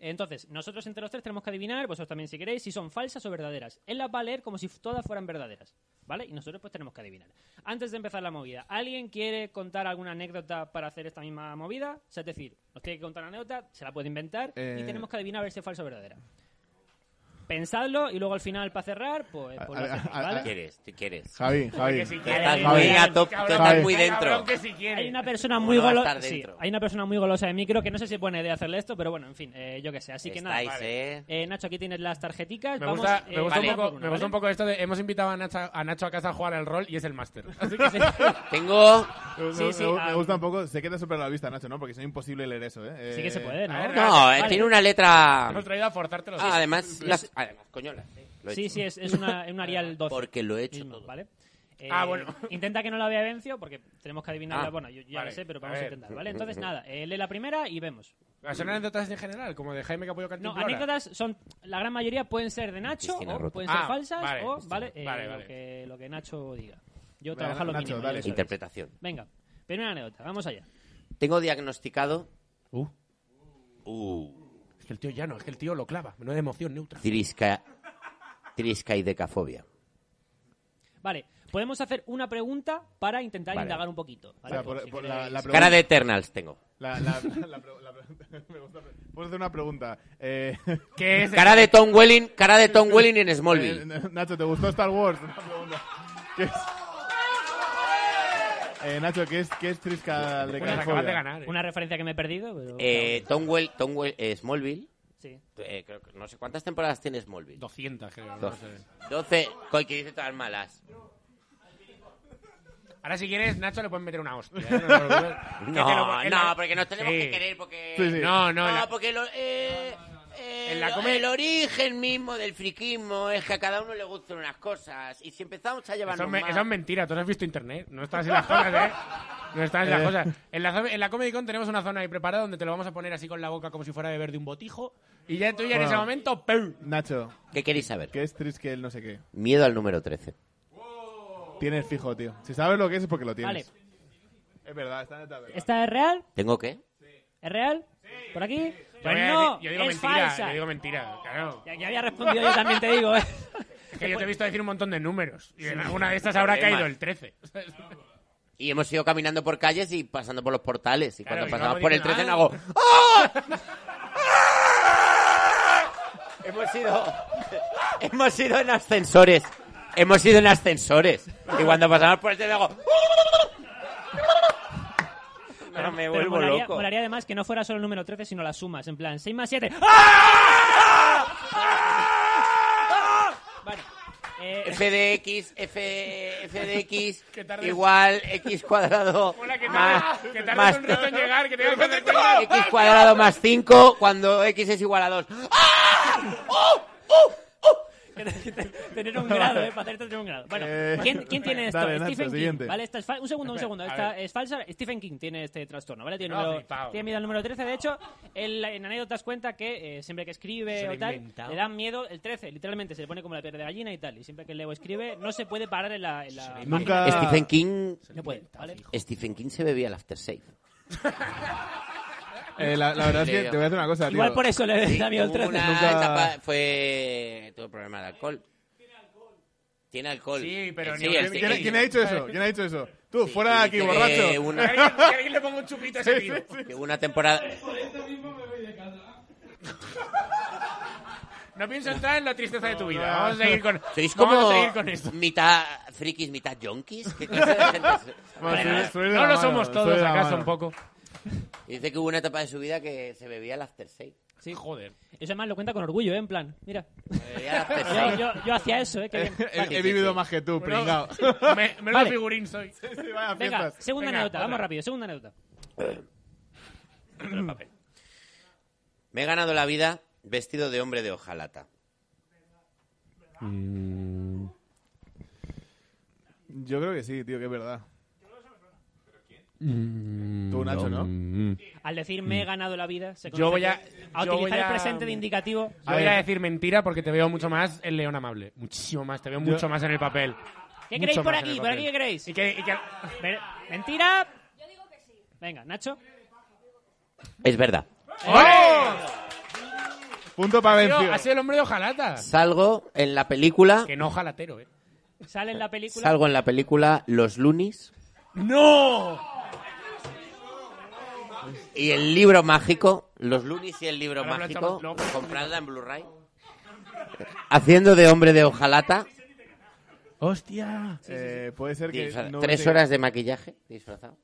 Entonces, nosotros entre los tres tenemos que adivinar, vosotros también si queréis, si son falsas o verdaderas. Él las va a leer como si todas fueran verdaderas, ¿vale? Y nosotros pues tenemos que adivinar. Antes de empezar la movida, ¿alguien quiere contar alguna anécdota para hacer esta misma movida? O sea, es decir, nos tiene que contar una anécdota, se la puede inventar Eh. y tenemos que adivinar a ver si es falsa o verdadera. Pensadlo y luego al final para cerrar, pues... pues lo a- hacemos, a- ¿vale? a- ¿Quieres? ¿Tú quieres? Javi, Que Javi. si Tú quieres. estás Javi. muy a top, tú Cabrón, estás muy cabrón, dentro. que si quieres. Hay una persona Uno muy va a golosa. estar dentro. hay una persona muy golosa de micro que no sé si es buena idea hacerle esto, pero bueno, en fin, eh, yo qué sé. Así que nada. Estáis, eh. Eh, Nacho, aquí tienes las tarjeticas. Me Vamos, gusta, eh, me gusta una un poco, por una, me gusta un ¿vale? poco esto de hemos invitado a Nacho, a Nacho a casa a jugar al rol y es el máster. Así que sí. Tengo... Me- Sí, me- sí, me, ah. gusta un poco, se queda súper a la vista, Nacho, ¿no? Porque es imposible leer eso, ¿eh? Sí que se Eh, puede, a ¿no? ver, No, eh, Vale. tiene una letra... hemos traído a forzarte los Ah, además, las... además, coño, las- lo he Sí, hecho. sí, es, es una, es un Arial 12. Porque lo he hecho mismo, todo. ¿vale? Eh, Ah, bueno. Intenta que no la vea Vencio porque tenemos que adivinarla. Ah, bueno, yo yo ya vale, lo sé, pero a vamos a, ver. intentar, ¿vale? Entonces, nada, eh, lee la primera y vemos. Son anécdotas en general, como de Jaime Capullo No, Cantimplora. anécdotas son. La gran mayoría pueden ser de Nacho, Cristina o Rota. pueden ser Ah, falsas, vale, o, Cristina. ¿vale? eh, Vale, lo vale. que- Lo que Nacho diga. Yo Venga, trabajar lo Nacho, mínimo, ya dale. lo sabes. Interpretación. Venga, primera anécdota, vamos allá. Tengo diagnosticado Uh, uh, es que el tío ya no, es que el tío lo clava. No es de emoción neutra. trisca, trisca y decafobia. Vale, podemos hacer una pregunta para intentar Vale. indagar un poquito. O ¿vale? sea, Por por- si por queréis. la, la pregunta- Cara de Eternals tengo. La, la, la pre- la pre- me gusta. Puedo hacer una pregunta. Eh, ¿Qué es? Cara de Tom Welling, cara de Tom Welling en Smallville. eh, Nacho, ¿te gustó Star Wars? Una pregunta. ¿Qué es? Eh, Nacho, ¿qué es, qué es Trisca de Pues acabas de Calafobia? ganar. eh. Una referencia que me he perdido, pero... Eh, Tom Well, Tom Well- eh, Smallville. Sí. eh, creo que- no sé cuántas temporadas tiene Smallville. 200, creo. no Doce. sé. Doce. Coy, que dice todas malas. Ahora, si quieres, Nacho le pueden meter una hostia. ¿eh? No, te preocupes. Que te lo- No, en no, la- porque nos tenemos Sí. que querer, porque... Sí, sí. No, no, No, en la- porque lo- eh, eh, En la lo- comedia- el origen mismo del friquismo es que a cada uno le gustan unas cosas. Y si empezamos a Eso, llevarnos es me- mal- eso es mentira, tú no has visto internet. No estás en las cosas, ¿eh? No estás en las Eh. cosas. En la, zo- en la Comedy Con tenemos una zona ahí preparada donde te lo vamos a poner así con la boca como si fuera a beber de un botijo. Y ya tú ya en Bueno. ese momento, ¡pum! Nacho, ¿Qué queréis saber? ¿qué es Trisca el no sé qué? Miedo al número 13. Tienes fijo, tío. Si sabes lo que es, es porque lo Vale, tienes. Es verdad, está neta. verdad. ¿esta es real? ¿Tengo qué? ¿Es real? ¿Por aquí? Yo voy Pues a no, decir- yo digo es mentira, falsa. yo digo mentira, claro. Ya, ya había respondido yo también, te digo, ¿eh? Es que yo te he visto decir un montón de números. Y en alguna de estas habrá Problemas. caído el 13. Y hemos ido caminando por calles y pasando por los portales. Y Claro, cuando y pasamos vamos por el diciendo, 13 no "Ah". hago... ¡Ah! ¡Ah! Hemos ido... Hemos ido en ascensores. Hemos ido en ascensores. Y cuando pasamos por el 13 hago... ¡Ah! No, me Pero vuelvo molaría, loco. molaría además que no fuera solo el número 13, sino las sumas, en plan 6 más 7. Bueno, Eh, f de x, f, f de x Que tardes. igual x cuadrado Hola, que más, tardes- que tardes más un rato en llegar, que tengo que hacer cosas. x cuadrado más 5 cuando x es igual a 2. tener un grado, ¿eh? Para hacerte tener un grado. Bueno, Eh, ¿quién, quién tiene esto? dale, Nacho, Stephen King. siguiente. ¿Vale? Esta es fa- un segundo, un Espera, segundo. a Esta ver. es falsa. Stephen King tiene este trastorno, ¿vale? Tiene, No, número- flipao. tiene miedo al número 13. De hecho, él en anécdotas cuenta que eh, siempre que Se escribe lo o he tal, inventado. le da miedo el 13. Literalmente se le pone como la piel de gallina y tal. Y siempre que leo escribe, no se puede parar en la. en la página. Ah. Nunca- Stephen King No puede, ¿vale? Stephen King se bebía el after save. Eh, la, la verdad es que te voy a decir una cosa, tío. Igual por eso le da miedo el Hubo 13. una Nunca- etapa- fue tuvo problema de alcohol. Tiene alcohol. Sí, pero Eh, ni- el- ¿Quién, el- quién ha dicho eso? ¿Quién ha dicho eso? Tú, fuera de aquí, eh, borracho. una- Que alguien- que alguien le ponga un chupito a ese tío. que hubo una temporada. No pienso entrar en la tristeza de tu vida. Vamos a seguir con, Sois vamos a como seguir con esto. mitad frikis, mitad yonkis. ¿Qué clase de gente es? Bueno, soy- soy de la No lo mano, somos soy todos, de la acaso mano. un poco. Dice que hubo una etapa de su vida que se bebía el after save. Sí. Joder. Eso además lo cuenta con orgullo, ¿eh? En plan, mira. Se bebía el after Yo, save. yo, yo hacía eso, ¿eh? Qué bien. He- Vale. He, vivido más que tú, pringao. Me, me Vale. lo figurín soy. Sí, vaya Venga, fiestas. segunda Venga, anécdota. otra. Vamos rápido, segunda anécdota. Otro papel. Me he ganado la vida vestido de hombre de hojalata. Yo creo que sí, tío, que es verdad. Tú, Nacho, ¿no? Al decir me he ganado la vida, se Mm. Yo voy a- convierte a yo utilizar voy a- el presente de indicativo. Yo voy a decir mentira porque te veo mucho más el león amable. Muchísimo más, te veo mucho más en el papel. ¿Qué Mucho queréis por más en aquí? el ¿Por papel. aquí qué queréis? Y que, y que- Ver- ¿Mentira? Yo digo que sí. Venga, Nacho. Es verdad. ¡Oh! Punto para Tío, venció. ¡Eh! ha sido el hombre de hojalata. Salgo en la película. Que no ojalatero, eh. Sale en la película. Salgo en la película Los Lunis. ¡No! Y el libro mágico, los lunis y el libro Ahora lo mágico, echamos luego. compradla en Blu-ray. Haciendo de hombre de hojalata, ¡Hostia! Eh, puede ser que. disfra- no tres te- horas de maquillaje disfrazado.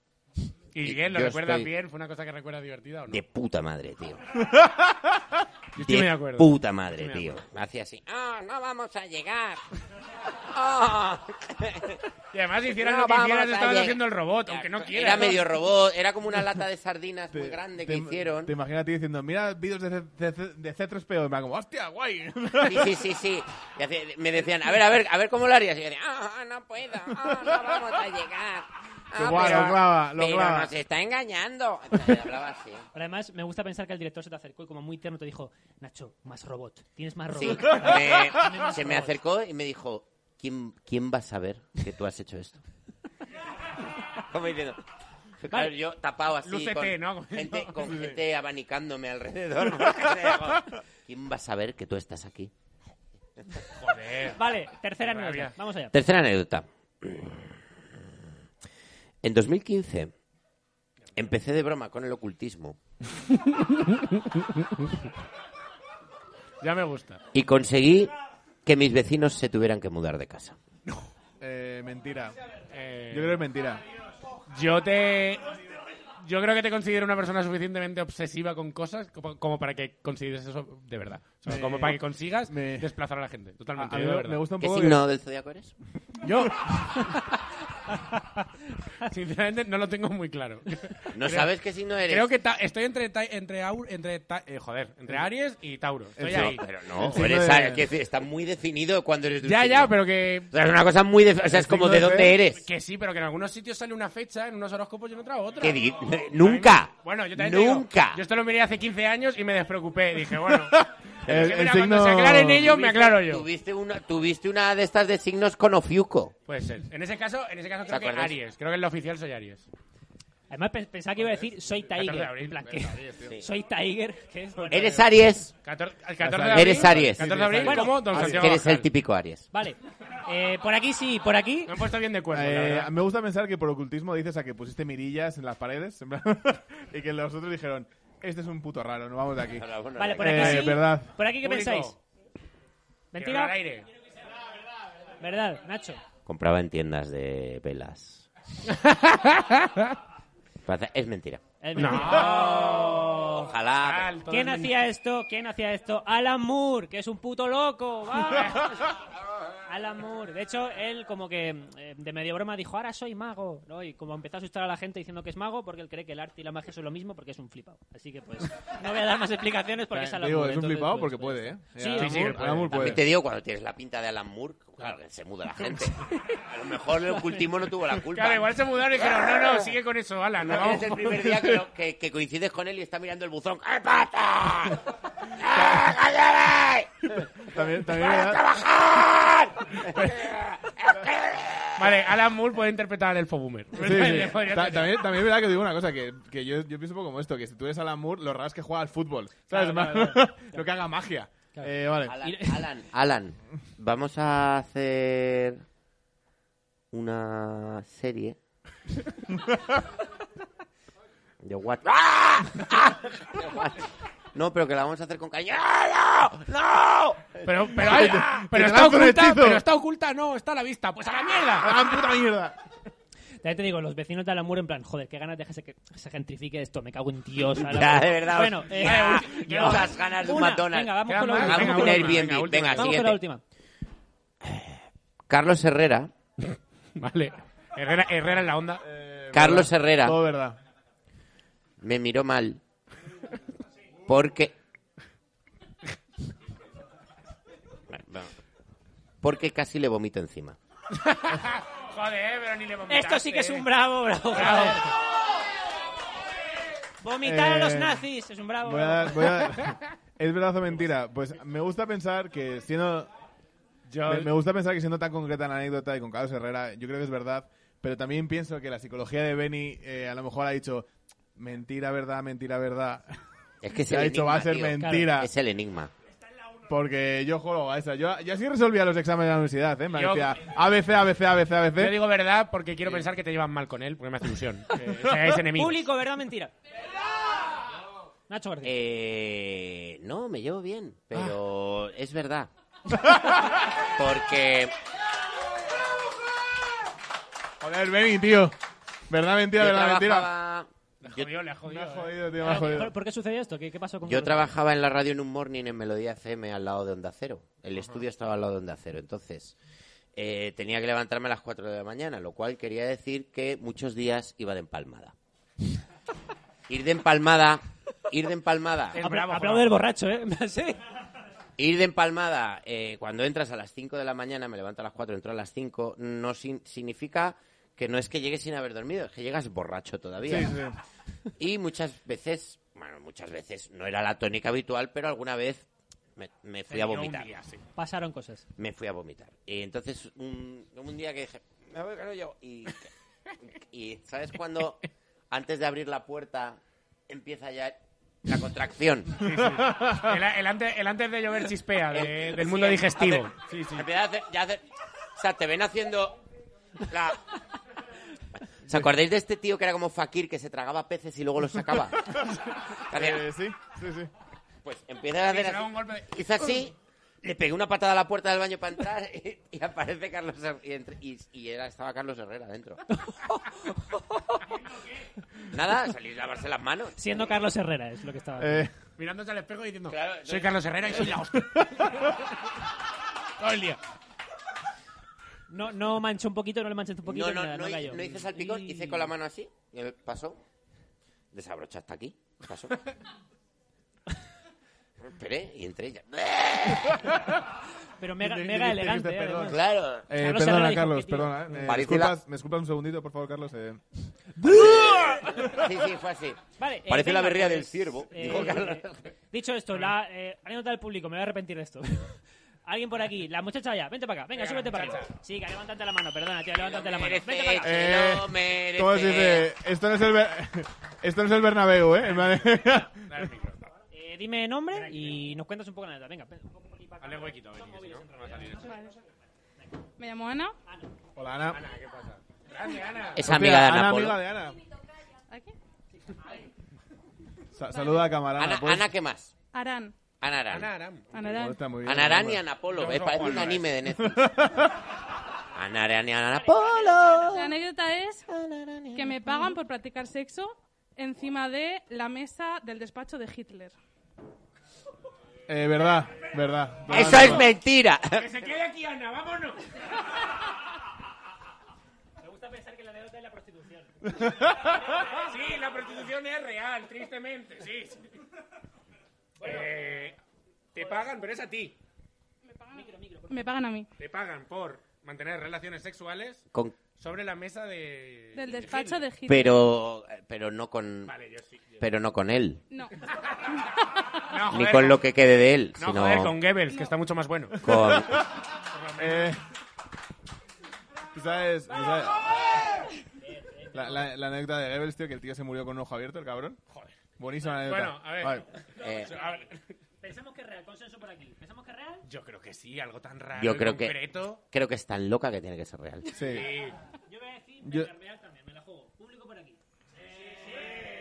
¿Y Y bien? ¿Lo yo recuerdas estoy- bien? ¿Fue una cosa que recuerdas divertida o no? De puta madre, tío. Yo estoy muy de De acuerdo. puta madre, Estoy muy de tío. Hacía así. Ah, no vamos a llegar. Ah. Y además, si hicieras No lo que vamos hicieras, a estabas llegar. haciendo el robot, aunque no Era quieras. medio robot, era como una lata de sardinas muy grande que te- hicieron. Te imaginas a ti diciendo, mira vídeos de, C- de, C- de C3PO. Y me va como, hostia, guay. Sí, sí, sí, sí. Y hacía- me decían, a ver, a ver, a ver cómo lo harías. Y yo decía, ah, ah, no puedo, ah, no vamos a llegar. Ah, Que guau, lo clava, lo pero clava. nos está engañando. O sea, hablaba así. Pero además, me gusta pensar que el director se te acercó y como muy tierno te dijo, Nacho, más robot. Tienes más Sí, robot. me- se me acercó y me dijo, ¿quién, ¿quién va a saber que tú has hecho esto? Como diciendo... Claro, yo tapado así Lúcete, con, ¿no? gente, No, con sí. gente abanicándome alrededor. porque- ¿Quién va a saber que tú estás aquí? Joder. Vale, tercera Qué anécdota. rabia. Vamos allá. Tercera anécdota. En 2015 empecé de broma con el ocultismo Ya me gusta. y conseguí que mis vecinos se tuvieran que mudar de casa. eh, mentira. Eh, Yo creo que es mentira. Eh, Yo te. Yo creo que te considero una persona suficientemente obsesiva con cosas como, como para que consideres eso de verdad. O sea, Me- como para que consigas me- desplazar a la gente. A, Totalmente, a mí yo de me, verdad. me gusta un ¿Qué poco. signo del zodiaco eres? que- Yo. Sinceramente, no lo tengo muy claro. No Creo- sabes qué signo eres. Creo que ta- estoy entre ta- entre Aur- entre ta- eh, joder, entre Aries y Tauro. Estoy No, ahí. pero no, El signo eres de- Aries, quiero decir, está muy definido cuando eres de un Ya, signo. ya, pero que O sea, es una cosa muy... defi- O sea, es como signo de de dónde fe- eres. que sí, pero que en algunos sitios sale una fecha, en unos horóscopos y en otra otra. ¿Qué di- Nunca. Bueno, yo también te digo, Nunca. yo esto lo miré hace 15 años y me despreocupé. Dije, bueno, El- es que el mira, signo- cuando se aclaren ellos, me aclaro yo. Tuviste una, tuviste una de estas de signos con Ofiuco. Puede ser. En ese caso, en ese caso creo que acuerdas? Aries. Creo que en lo oficial soy Aries. Además, pe- pensaba que iba a decir, soy 14 de Tiger. abril. En plan, Aries, que- Soy Tiger, que es... bueno, Eres Aries, 14, el 14 de abril. Eres Aries. 14 de abril, Bueno, ¿cómo? Don es que Santiago eres el Abascal. típico Aries. Vale. Eh, por aquí sí, por aquí... Me han puesto bien de Pues, cuerpo, la Eh, ah, verdad. me gusta pensar que por ocultismo dices a que pusiste mirillas en las paredes en plan, y que los otros dijeron, este es un puto raro, no vamos de aquí. Vale, por Eh, aquí sí. verdad. ¿Por aquí qué Público, pensáis? tirarlo al ¿Mentira? aire. ¿Verdad, Nacho? Compraba en tiendas de velas. Parece- es mentira. Eh, Ah, No. Ojalá. Tal, todo ¿Quién el- hacía esto? ¿Quién hacía esto? Alan Moore, que es un puto loco. ¡Vamos! Alan Moore. De hecho, él como que eh, de medio broma dijo, ahora soy mago, ¿no? Y como empezó a asustar a la gente diciendo que es mago porque él cree que el arte y la magia son lo mismo porque es un flipado. Así que pues no voy a dar más explicaciones porque es Alan Digo, Moore. es un entonces, flipado pues, porque pues, puede, ¿eh? Sí, Alan sí, Moore- puede. Alan Moore puede. También te digo, cuando tienes la pinta de Alan Moore, claro, se muda la gente. A lo mejor el ocultismo no tuvo la culpa. Claro, igual se mudaron y dijeron, no, no, sigue con eso, Alan. No, vamos es el por- primer día que, lo- que- que coincides con él y está mirando el buzón. ¡Qué pasa! ¡Ah, cállate! También, también ¡Para ¿verdad? Vale, Alan Moore puede interpretar al elfo boomer. Sí, sí. Ta- también, también es verdad que digo una cosa, que, que yo, yo pienso un poco como esto, que si tú eres Alan Moore, lo raro es que juega al fútbol. ¿Sabes? Claro, claro, Más- no que haga magia. Eh, vale. Alan, Alan, Alan, vamos a hacer una serie de what? ¡Ah! ¡Ah! De what- No, pero que la vamos a hacer con caña. ¡No! ¡No! Pero, pero, hay- pero está oculta, pero está oculta, no, está a la vista. Pues a la mierda. A la puta mierda. ¿eh? También te digo, los vecinos de Alan Moore en plan, joder, qué ganas de que se, que se gentrifique esto, me cago en Dios. Alan Ya, Moore". de verdad. Bueno, os- eh, ya, no. ya os das ganas de un Una, McDonald's. Venga, vamos Queda con la mal, última. Hagamos un Airbnb. Venga, Vamos con la siguiente. última. Carlos Herrera. Vale. Herrera, Herrera en la onda. Carlos Herrera. Todo verdad. Me miró mal. Porque. Porque casi le vomito encima. Joder, eh, pero ni le vomitaste. Esto sí que es un bravo, bravo, bravo. Vomitar a los Eh, nazis, es un bravo. Voy a bravo. dar- voy a dar- ¿Es verdad o mentira? Pues me gusta pensar que siendo... Me, me gusta pensar que siendo tan concreta la anécdota y con Carlos Herrera, yo creo que es verdad, pero también pienso que la psicología de Benny eh, a lo mejor ha dicho mentira, verdad, mentira, verdad. Es que es Y ha el dicho enigma, va a ser tío. mentira. Es el enigma. Porque yo juego a esa. Yo, yo así resolvía los exámenes de la universidad, ¿eh? Me Yo- decía ABC, ABC, ABC, ABC. Yo digo verdad porque quiero pensar que te llevan mal con él, porque me hace ilusión. Que seáis enemigos. Público, ¿verdad? Mentira. Nacho García. Eh, no, me llevo bien, pero Ah. es verdad. Porque. Joder, Benny, tío. Verdad, mentira, Yo verdad, mentira. trabajaba- Le jodió, le jodió. eh. Jodido, tío, me ha jodido. ¿Por, por qué sucedió esto? ¿Qué, qué pasó con Yo Carlos? trabajaba en la radio en un morning en Melodía FM al lado de Onda Cero. El estudio estaba al lado de Onda Cero. Entonces, eh, tenía que levantarme a las 4 de la mañana, lo cual quería decir que muchos días iba de empalmada. ir de empalmada, ir de empalmada. Apla- Aplaude del borracho, ¿eh? sí. Ir de empalmada, eh, cuando entras a las 5 de la mañana, me levanto a las 4, entro a las 5, no sin- significa que no es que llegues sin haber dormido, es que llegas borracho todavía. Sí, sí. Y muchas veces, bueno, muchas veces, no era la tónica habitual, pero alguna vez me, me fui a Tenía un vomitar. día, sí. Pasaron cosas. Me fui a vomitar. Y entonces, un, un día que dije, me voy que no llego". Y, y, ¿sabes cuando, antes de abrir la puerta, empieza ya la contracción? El, el antes, el antes de llover chispea de- El- del mundo eh, sí, digestivo. hace- Empieza a hacer- ya hace- o sea, te ven haciendo la... ¿Os acordáis de este tío que era como Fakir, que se tragaba peces y luego los sacaba? Hacía- Eh, sí, sí, sí. Pues empieza a hacer se da así. un golpe de- Hizo así, le pegué una patada a la puerta del baño para entrar y, y aparece Carlos Her- y, entre- y- y era, estaba Carlos Herrera dentro. Nada, salir a lavarse las manos. Siendo Carlos Herrera, es lo que estaba. Eh, Mirándose al espejo y diciendo, Claro, soy no- Carlos Herrera y soy la hostia. Todo el día. No, no manchó un poquito, no le manchaste un poquito. No, no, nada, no, hi- cayó. no hice salpicón, Y- hice con la mano así, y él pasó, desabrocha hasta aquí, pasó. Esperé y ¡Eh! entré y ya. Pero mega, Dijiste, mega dijiste, dijiste, elegante, ¿eh? perdón. además. Claro. eh, Carlos Herrera perdona, dijo Carlos, que tío. perdona. eh. Me Parece la- disculpas, me disculpas un segundito, por favor, Carlos. eh. Sí, sí, fue así. Vale, eh, Parece la venga, berrea pues, del ciervo. eh, dijo Carlos. dicho esto, la eh, anécdota del público, me voy a arrepentir de esto. Alguien por aquí, la muchacha allá, vente para acá, venga, Venga, súbete para acá. muchacha. Chica, levántate la mano, perdona, tío, levántate la mano. Merece, Vente para acá. Ah, que no Eh, merece. ¿Cómo se dice? Esto no es el, Ber- esto no es el Bernabéu, ¿eh? En plan- Dale el micro. Eh, dime nombre y nos cuentas un poco la anécdota. Venga, ven, un poco por aquí para acá. Dale huequito, Benny, que si no, no va a salir eso. Me llamo Ana. Hola, Ana. Grande, Ana. Es amiga de Ana, Ana Polo. amiga de Ana. ¿Aquí? Sa- saluda a cámara, Ana, Ana, pues. Ana, ¿qué más? Ana Ana Arán. Ana Aram. Anarán. Está muy bien, pues. Ana Arán muy y bien. Ana Polo. Yo eh, soy parece Juan un Luis. anime de Netflix. Ana Arán y Ana Polo. La anécdota es que me pagan por practicar sexo encima de la mesa del despacho de Hitler. Eh, verdad, verdad. Eso Eh, es mentira. Que se quede aquí Ana, vámonos. Me gusta pensar que la anécdota es la prostitución. Sí, la prostitución es real, tristemente, sí. sí. Eh, te pagan, pero es a ti. Me pagan a mí. Te pagan por mantener relaciones sexuales Con- sobre la mesa de... Del despacho de Hitler. Pero, pero no con. Vale, yo sí, yo- Pero no con él. No. No, Ni joder, con lo que quede de él. No, sino joder, con Goebbels, que está mucho más bueno. Con- Eh, ¿Tú sabes? tú sabes- La, la- la anécdota de Goebbels, tío, que el tío se murió con un ojo abierto, el cabrón. Joder. Buenísima anécdota. Bueno, a ver. Vale. Eh. A ver, Pensamos que es real, consenso por aquí. Pensamos que es real. Yo creo que sí, algo tan raro Yo creo y que. concreto. Creo que es tan loca que tiene que ser real. Sí. Yo voy a decir, Yo- venga, real también, me la juego. Público por aquí. Eh,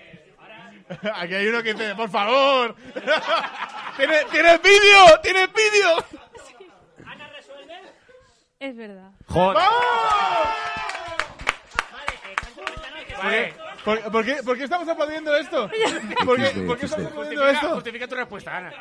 Aquí hay uno que dice, por favor. ¿Tienes, tienes vídeo? ¿Tienes vídeo? Ana resuelve. Es verdad. eh. Vale. ¿Por, por qué, por qué estamos aplaudiendo esto? ¿Por qué, por qué estamos aplaudiendo Justifica, esto? justifica tu respuesta, Ana.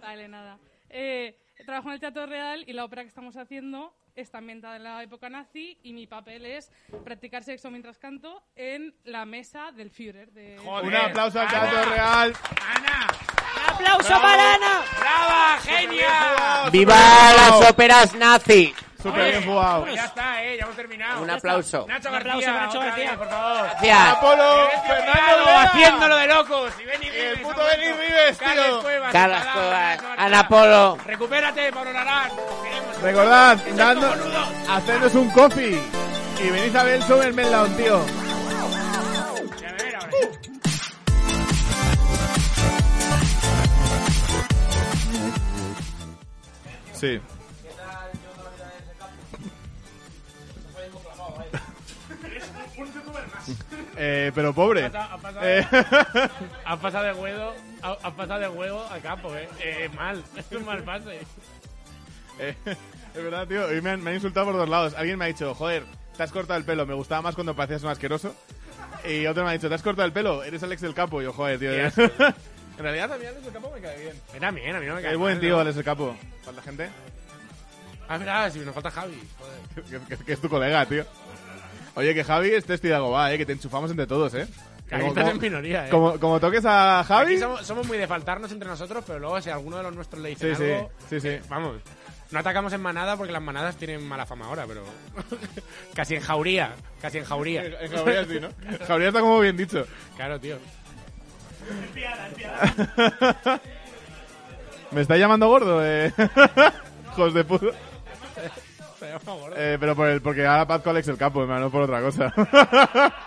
Vale, nada. Eh, trabajo en el Teatro Real y la ópera que estamos haciendo está ambientada en la época nazi y mi papel es practicar sexo mientras canto en la mesa del Führer. de- Un aplauso al Teatro Real. ¡Un aplauso para Ana! ¡Brava, genia! ¡Viva las óperas nazi! Súper bien jugado. Pues ya está, eh, ya hemos terminado. Un aplauso. Nacho Un aplauso García, para Nacho otra García. vez, por favor. Gracias. Apolo, Tienes que Fernando mirarlo, Vera. haciéndolo de locos. Y Benny el Rives, puto ha Benny vuelto. Rives, tío. Carles Cuevas, Carlas Nadal, Cuevas, Nacho García. Ana Polo. Recupérate, Pablo Larán. Queremos- Recordad, Echad dadnos, como nudo. hacednos un coffee. Y venid a ver el show en Meltdown, tío. Ya ver ahora. Sí. Eh, pero pobre. Ha pasado- ha pasado- Eh, Has pasado de huevo, ha- has pasado de huevo al campo, eh. Eh, mal, es un mal pase. eh, es verdad, tío. Hoy me han, me han insultado por dos lados. Alguien me ha dicho, joder, te has cortado el pelo. Me gustaba más cuando parecías un asqueroso. Y otro me ha dicho, te has cortado el pelo. Eres Alex del Capo. Y yo, joder, tío. Qué asco. en realidad, a mí Alex del Capo me cae bien. Era bien, a mí no me cae Es buen mal, tío, ¿no? Alex del Capo. ¿Falta gente? Ah, mira, si nos falta Javi. Joder. Que, que- que es tu colega, tío. Oye, que Javi es testi de Agobá, eh, que te enchufamos entre todos, eh. Aquí estás en minoría, eh. Como, como toques a Aquí Javi. somos, somos muy de faltarnos entre nosotros, pero luego si alguno de los nuestros le Sí, dice sí, algo, sí, sí. vamos. No atacamos en manada porque las manadas tienen mala fama ahora, pero casi en jauría, casi en jauría. En en Jauría Eh, sí, ¿no? Jauría está como bien dicho. Claro, tío. Me está llamando gordo, eh. Hijos de puta. Se llama gordo. Eh, pero por el, porque ahora paz con Alex el capo, hermano, no por otra cosa.